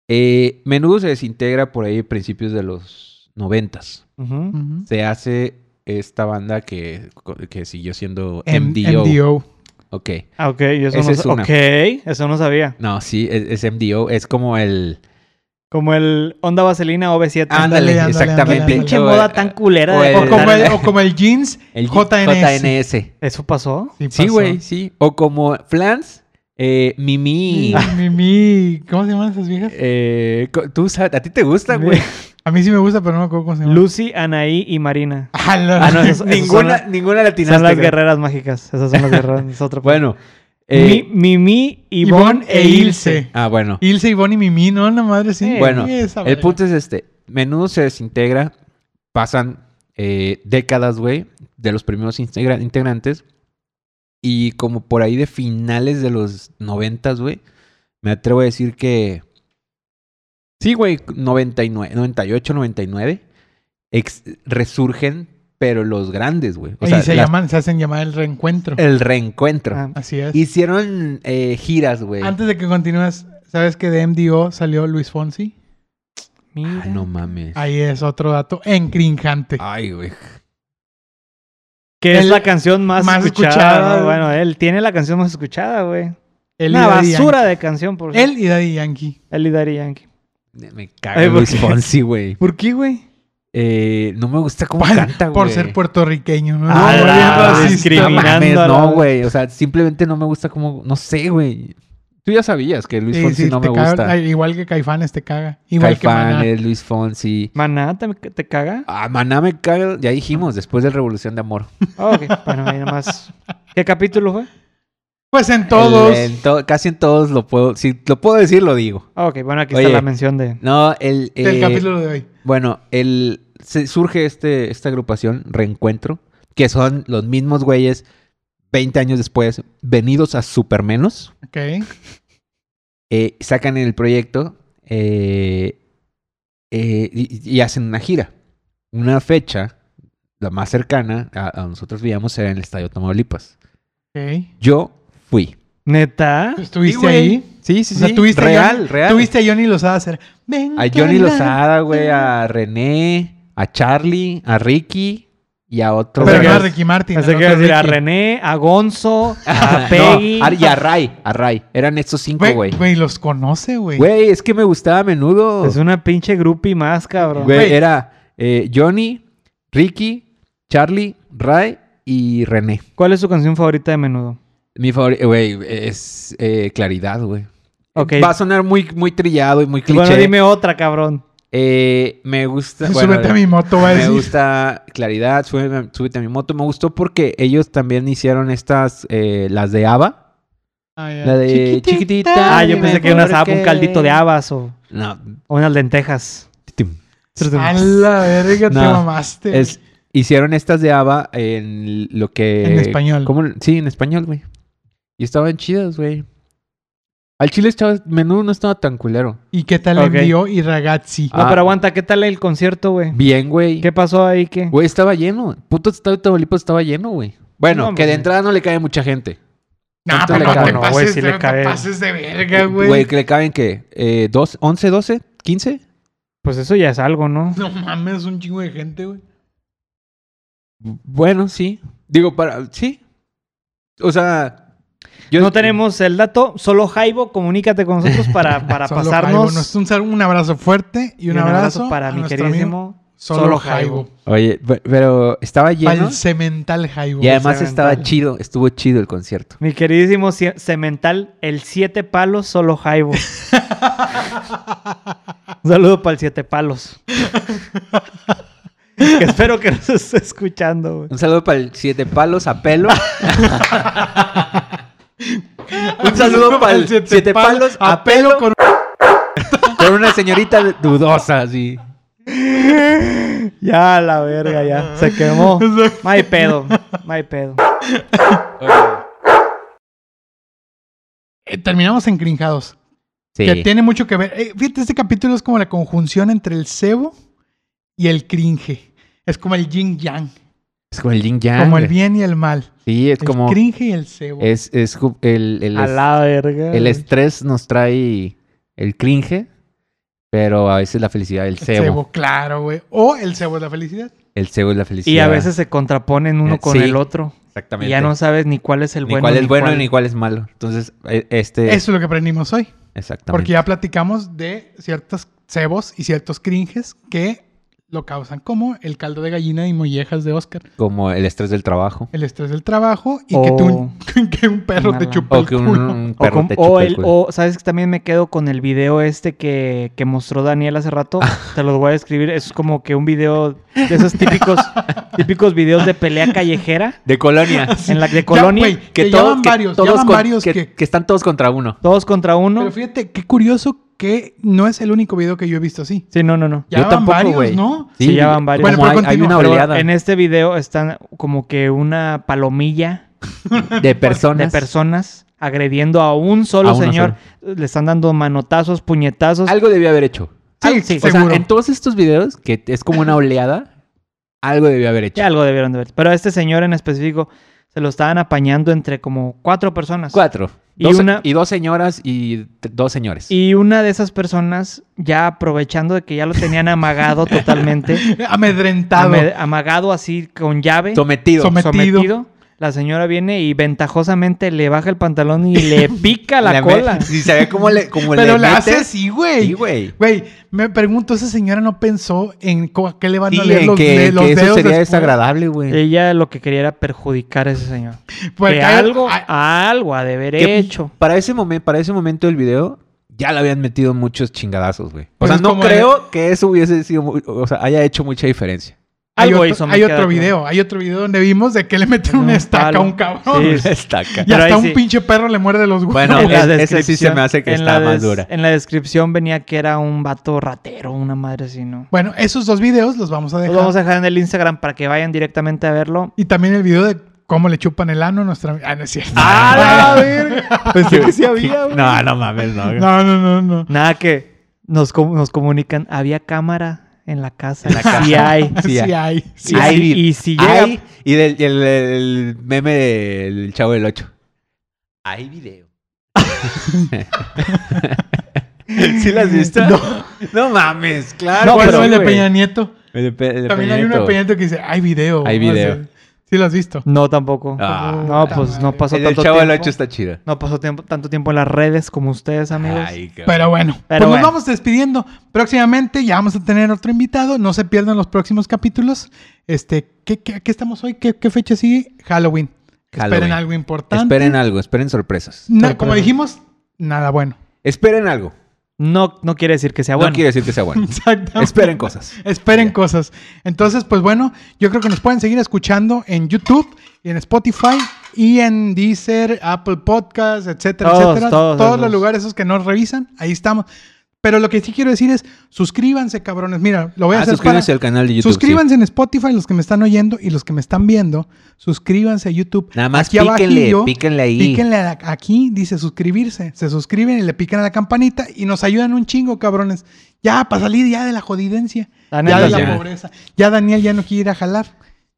Eh, menudo se desintegra por ahí a principios de los noventas. Ujú. Ujú. Se hace esta banda que, que siguió siendo M- MDO. MDO. Ok. Ah, ok, yo eso Esa no es sa- una. Ok, eso no sabía. No, sí, es, es MDO. Es como el... Como el Honda Vaselina OV7. ándale, Ándale, ándale, exactamente. ándale. Pinche O- moda tan culera eh, o de el- O como el, cortar. o como el jeans el JNS. JNS. ¿Eso pasó? Sí, pasó. güey, sí. O como Flans, eh, Mimi. Mi, mi- ¿Cómo se llaman esas viejas? eh, co- tú sabes, a ti te gusta, güey. A mí sí me gusta, pero no me acuerdo cómo se llaman. Lucy, Anaí y Marina. Ah, la- Ah, no, esas- esas son ninguna, las- ninguna latina. Son las guerreras mágicas. Esas son las guerreras. es otro- Bueno. Mi- eh, Mimi, Ivonne e Ilse. ah, bueno. Ilse, Ivonne y Mimi, ¿no? La madre, sí. Eh, Bueno, Sí, esa el verga. punto es este. Menudo se desintegra. Pasan eh, décadas, güey, de los primeros integra- integrantes. Y como por ahí de finales de los noventas, güey, me atrevo a decir que... Sí, güey, 99, 98, 99. ex- resurgen, pero los grandes, güey. O sea, y se las- Eh, llaman, se hacen llamar el reencuentro. el reencuentro. Ah, Así es. Hicieron eh, giras, güey. pues. Antes de que continúes, ¿sabes que de MDO salió Luis Fonsi? mira. Ah, no mames. Ahí es otro dato encrinjante. Ay, güey. Que es El- la canción más, más escuchada. escuchada. ¿no? Bueno, él tiene la canción más escuchada, güey. Él y Una Daddy basura de canción, por Yankee. Él y Daddy Yankee. Él y Daddy Yankee. Me cago Ay, en ¿por Luis qué? Fonsi, güey. ¿Por qué, güey? Eh, no me gusta cómo Por- canta, güey. Por ser puertorriqueño, ¿no? Ah, Muy la bien racista. No discriminación. mames, Mirando a la- no, güey. O sea, simplemente no me gusta cómo... No sé, güey. Tú ya sabías que Luis Sí, Fonsi sí, no te me caga- gusta. ay, igual que Caifanes te caga. Igual que Maná. Caifanes, Luis Fonsi. ¿Maná te, te caga? Ah, Maná me caga. Ya dijimos, después de Revolución de Amor. Ah, ok, bueno, ahí nomás. ¿Qué capítulo fue? Pues en todos. El- en to- casi en todos lo puedo... Si lo puedo decir, lo digo. Ah, ok, bueno, aquí Oye. está la mención de. No, el... Del eh, capítulo de hoy. Bueno, el, se- surge este, esta agrupación, Reencuentro, que son los mismos güeyes 20 años después, venidos a Supermenos. Ok. eh, sacan el proyecto eh, eh, y, y hacen una gira. Una fecha, la más cercana a, a nosotros veíamos, era en el Estadio Tamaulipas. ok. Yo fui. ¿Neta? ¿Tú ¿Estuviste Sí, güey. ahí? Sí, sí, O sea, sí. tuviste a real, Johnny- real. Tuviste a Johnny Lozada hacer. Ven A que Johnny la- Lozada, güey, a René, a Charlie, a Ricky y a otro. Pero Pensé no que- a Ricky Martin. Así al que otro decir a Ricky. René, a Gonzo, a No, Peggy. a- Ah, y a Ray, a Ray. Eran estos cinco, Güey, güey. Güey, los conoce, güey. Güey, es que me gustaba a menudo. Es una pinche groupie más, cabrón. Güey, Güey. era eh, Johnny, Ricky, Charlie, Ray y René. ¿Cuál es su canción favorita de menudo? Mi favorito, güey, es eh, Claridad, güey. Ok. Va a sonar muy, muy trillado y muy cliché. Bueno, dime otra, cabrón. Eh, me gusta. bueno, Súbete a mi moto, va a Me decir. gusta Claridad, súbeme- súbete a mi moto. Me gustó porque ellos también hicieron estas, eh, las de Ava. Ah, ya. La de Eh, chiquitita. Ah, yo dime pensé que una por sab- un qué. caldito de habas o, No. o unas lentejas. A la verga, te No, Este, mamaste. Es- hicieron estas de ABBA en lo que... En español. ¿cómo? Sí, en español, güey. Y estaban chidas, güey. Al chile estaba... Menudo no estaba tan culero. ¿Y qué tal Ok. envió y Ragazzi? Ah. No, pero aguanta, ¿qué tal el concierto, güey? Bien, güey. ¿Qué pasó ahí? ¿Qué? Güey, estaba lleno. Puto estado de Tamaulipas estaba lleno, güey. Bueno, No, que de pues, entrada no le cae mucha gente. No, ¿cuánto pero le no cabe? te No, güey, pases, sí de- le no te cabe. pases de verga, Eh, Güey, güey. que le caben, ¿qué? Eh, dos, ¿11, 12, 15? Pues eso ya es algo, ¿no? No mames, un chingo de gente, güey. Bueno, sí. Digo, para... Sí. O sea... yo- No tenemos el dato, solo Jaibo, comunícate con nosotros para, para Solo pasarnos Jaibo, nos- un, sal- un abrazo fuerte y un, abrazo, para a mi nuestro amigo queridísimo Solo Solo Jaibo. Oye, pe- pero estaba lleno. Al cemental Jaibo. Y además Cemental. estaba chido. Estuvo chido el concierto. Mi queridísimo cie- Cemental, el Siete Palos, solo Jaibo. Un saludo para el Siete Palos. Que espero que nos esté escuchando, güey. Un saludo para el Siete Palos a Pelo. Un saludo para el Siete Siete Palos Palos a a pelo pelo con- con... una señorita dudosa, sí. Ya, la verga, ya. Se quemó. No hay pedo. No hay pedo. Eh, terminamos encrinjados. Sí. Que tiene mucho que ver. Eh, fíjate, este capítulo es como la conjunción entre el cebo y el cringe. Es como el yin yang. Es como el yin yang. Como el güey. bien y el mal. Sí, es El como... cringe y el cebo. Es, es ju- el, el, A la verga. el güey. estrés nos trae el cringe, pero a veces la felicidad del El cebo. claro, güey. O el cebo es la felicidad. El cebo es la felicidad. Y a veces se contraponen uno Eh, con sí. el otro. Exactamente. Y ya no sabes ni cuál es el ni bueno. cuál es bueno cuál- ni cuál es malo. Entonces, e- este... Eso es lo que aprendimos hoy. Exactamente. Porque ya platicamos de ciertos cebos y ciertos cringes que lo causan, como el caldo de gallina y mollejas de Oscar, Como el estrés del trabajo. el estrés del trabajo y O- que, tú un, que un perro te Mala. chupa Oh. O el que un, culo. un O, perro com- te o chupa el el, culo. o, ¿sabes que también me quedo con el video este que, que mostró Daniel hace rato? Ah. Te lo voy a describir. Es como que un video de esos típicos, típicos videos de pelea callejera De colonia. en la de Ya, colonia. güey, que todo- llaman varios, todos llaman con- varios que, que están todos contra uno. Todos contra uno. Pero fíjate, qué curioso que no es el único video que yo he visto así. Sí, no, no, no. Ya van tampoco, varios, güey. ¿no? Sí, ya van varios. como Bueno, pero hay, hay continúa. una Pero oleada en este video están como que una palomilla de personas. de personas agrediendo a un solo A uno señor. Le están dando manotazos, puñetazos. Algo debió haber hecho. Sí, sí. O sea, seguro. en todos estos videos, que es como una oleada, algo debió haber hecho. Ya algo debieron de ver. Pero a este señor en específico se lo estaban apañando entre como cuatro personas. Cuatro. Y dos, una- y dos señoras y t- dos señores. Y una de esas personas, ya aprovechando de que ya lo tenían amagado totalmente, Amedrentado. ame- amagado así con llave, Sometidos. Somet- sometido. Sometido. la señora viene y ventajosamente le baja el pantalón y le pica la Le me- cola. Y se ve cómo le, cómo Pero le la mete. hace así, Sí, güey. güey. Güey, me pregunto, ¿esa señora no pensó en co- a qué le van Sí, a leer en los, que, de- que los eso dedos? sería después? desagradable, güey. Ella lo que quería era perjudicar a ese señor. Porque que hay- algo, hay- algo ha de haber Que hecho. Para ese, momento, para ese momento del video, ya le habían metido muchos chingadazos, güey. O Pues sea, es no como creo que eso hubiese sido... muy- o sea, haya hecho mucha diferencia. Hay Algo otro, hizo, me hay queda otro claro. video, hay otro video donde vimos de que le meten Un una estaca palo. a un cabrón. Sí, Una estaca. Y Pero hasta ahí un sí. pinche perro le muerde los huevos. Bueno, En la es- es que sí se descripción- me hace que en está la más des- dura. En la descripción venía que era un vato ratero, una madre así, ¿no? Bueno, esos dos videos los vamos a Los dejar. vamos a dejar en el Instagram para que vayan directamente a verlo. Y también el video de cómo le chupan el ano a nuestra... Ah, no es cierto. ¡Ah, la verga! Pensé que sí había, No, no mames, no. No, no, no, no. Nada que nos, com- nos comunican, había cámara en la casa. En la casa. Sí hay. Sí, Sí, hay. hay. sí Y Ay, si- y si ay, llega- y del, y el, el meme del Chavo del 8. Hay video. ¿Sí las viste? No, mames, claro. No, que pero sí, el de güey. Peña Nieto. El de Pe- el de También Peña hay uno de Nieto. Peña Nieto que dice, hay video. Hay O sea, video. Sí lo has visto. No, tampoco. Ah, no, puta pues no madre. pasó el del tanto Chavo del tiempo. 8 está chido. No pasó tiempo, tanto tiempo en las redes como ustedes, amigos. Ay, cabrón. Pero bueno, Pero pues nos bueno. vamos despidiendo. Próximamente ya vamos a tener otro invitado. No se pierdan los próximos capítulos. Este, ¿qué, qué, qué estamos hoy? ¿Qué, qué fecha sigue? Halloween. Halloween. Esperen algo importante. Esperen algo, esperen sorpresas. Na- Sorpresa. como dijimos, nada bueno. Esperen algo. No, no quiere decir que sea bueno. No quiere decir que sea bueno. Exactamente. Esperen cosas. Esperen Ya. cosas. Entonces, pues bueno, yo creo que nos pueden seguir escuchando en YouTube, y en Spotify y en Deezer, Apple Podcasts, etcétera, Todos, etcétera. todos Todos, los esos. lugares esos que nos revisan, ahí estamos. Pero lo que sí quiero decir es, suscríbanse, cabrones. Mira, lo voy a Ah, hacer suscríbanse para- al canal de YouTube. sí. suscríbanse en Spotify los que me están oyendo y los que me están viendo. Suscríbanse a YouTube. Nada más Aquí píquenle, abajillo, píquenle ahí. Píquenle a la- aquí, dice suscribirse. Se suscriben y le pican a la campanita y nos ayudan un chingo, cabrones. Ya, para salir ya de la jodidencia. La ya neta, de ya. la pobreza. Ya Daniel ya no quiere ir a jalar.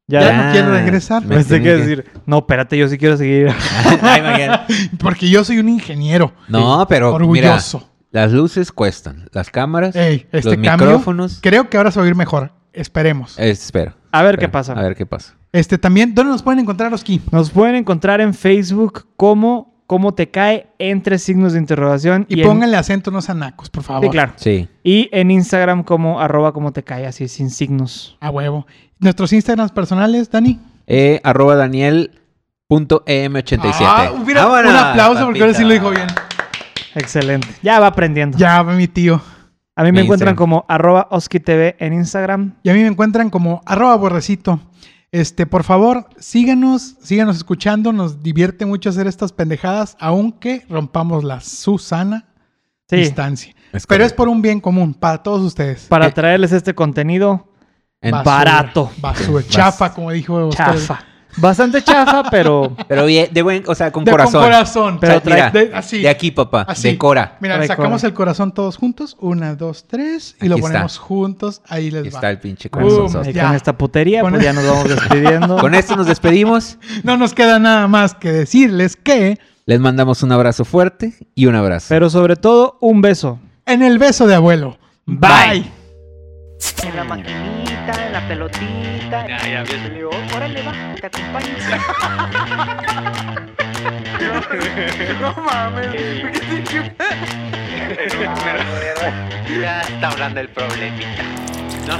ya- ya no quiero regresar. me Pensé que tienen decir, no, espérate, yo sí quiero seguir. Ay, imagínate. Porque yo soy un ingeniero. No, pero Orgulloso. mira, las luces cuestan, las cámaras, Ey, este los cambio. micrófonos. Creo que ahora se va a oír mejor. Esperemos. Eh, espero. A ver espero. qué pasa. A ver qué pasa. Este también, ¿dónde nos pueden encontrar los Ki? Nos pueden encontrar en Facebook como Cómo te cae entre signos de interrogación. Y, en- pónganle acento, no sean nacos, por favor. Sí, claro. Sí. Y en Instagram como arroba como te cae, así sin signos. A huevo. Nuestros Instagrams personales, Dani. Eh, arroba Daniel punto e em87. Ah, hubiera un aplauso porque ahora sí lo dijo bien. Excelente. Ya va aprendiendo. Ya, mi tío. A mí Mi me encuentran Instagram. como arroba oskitv en Instagram. Y a mí me encuentran como arroba borrecito. Este, por favor, síganos, síganos escuchando. Nos divierte mucho hacer estas pendejadas, aunque rompamos la Susana Sí, distancia. Pero es por un bien común para todos ustedes. para eh, traerles este contenido En- Basura, barato. Basura. Bas- Chafa, como dijo usted. chafa. Bastante chafa, pero Pero bien, de buen, o sea, con De- con corazón. corazón. O sea, Pero trae- mira, de- así. de aquí, papá. Así. Decora. Mira, Trae sacamos cola. el corazón todos juntos. Una, dos, tres. Y lo Aquí está. ponemos juntos. Ahí les Aquí va. está el pinche Boom. corazón. ahí Ya. con esta putería, Con pues ya nos vamos despidiendo. Con esto nos despedimos. No nos queda nada más que decirles que Les mandamos un abrazo fuerte y un abrazo. Pero sobre todo, un beso. en el beso de abuelo. Bye. Bye. En la maquinita, en la pelotita. Ya, ya, ya se ligó. Órale, va, te acompaño. no, mames. Eh, Ya está hablando el problemita. ¿No?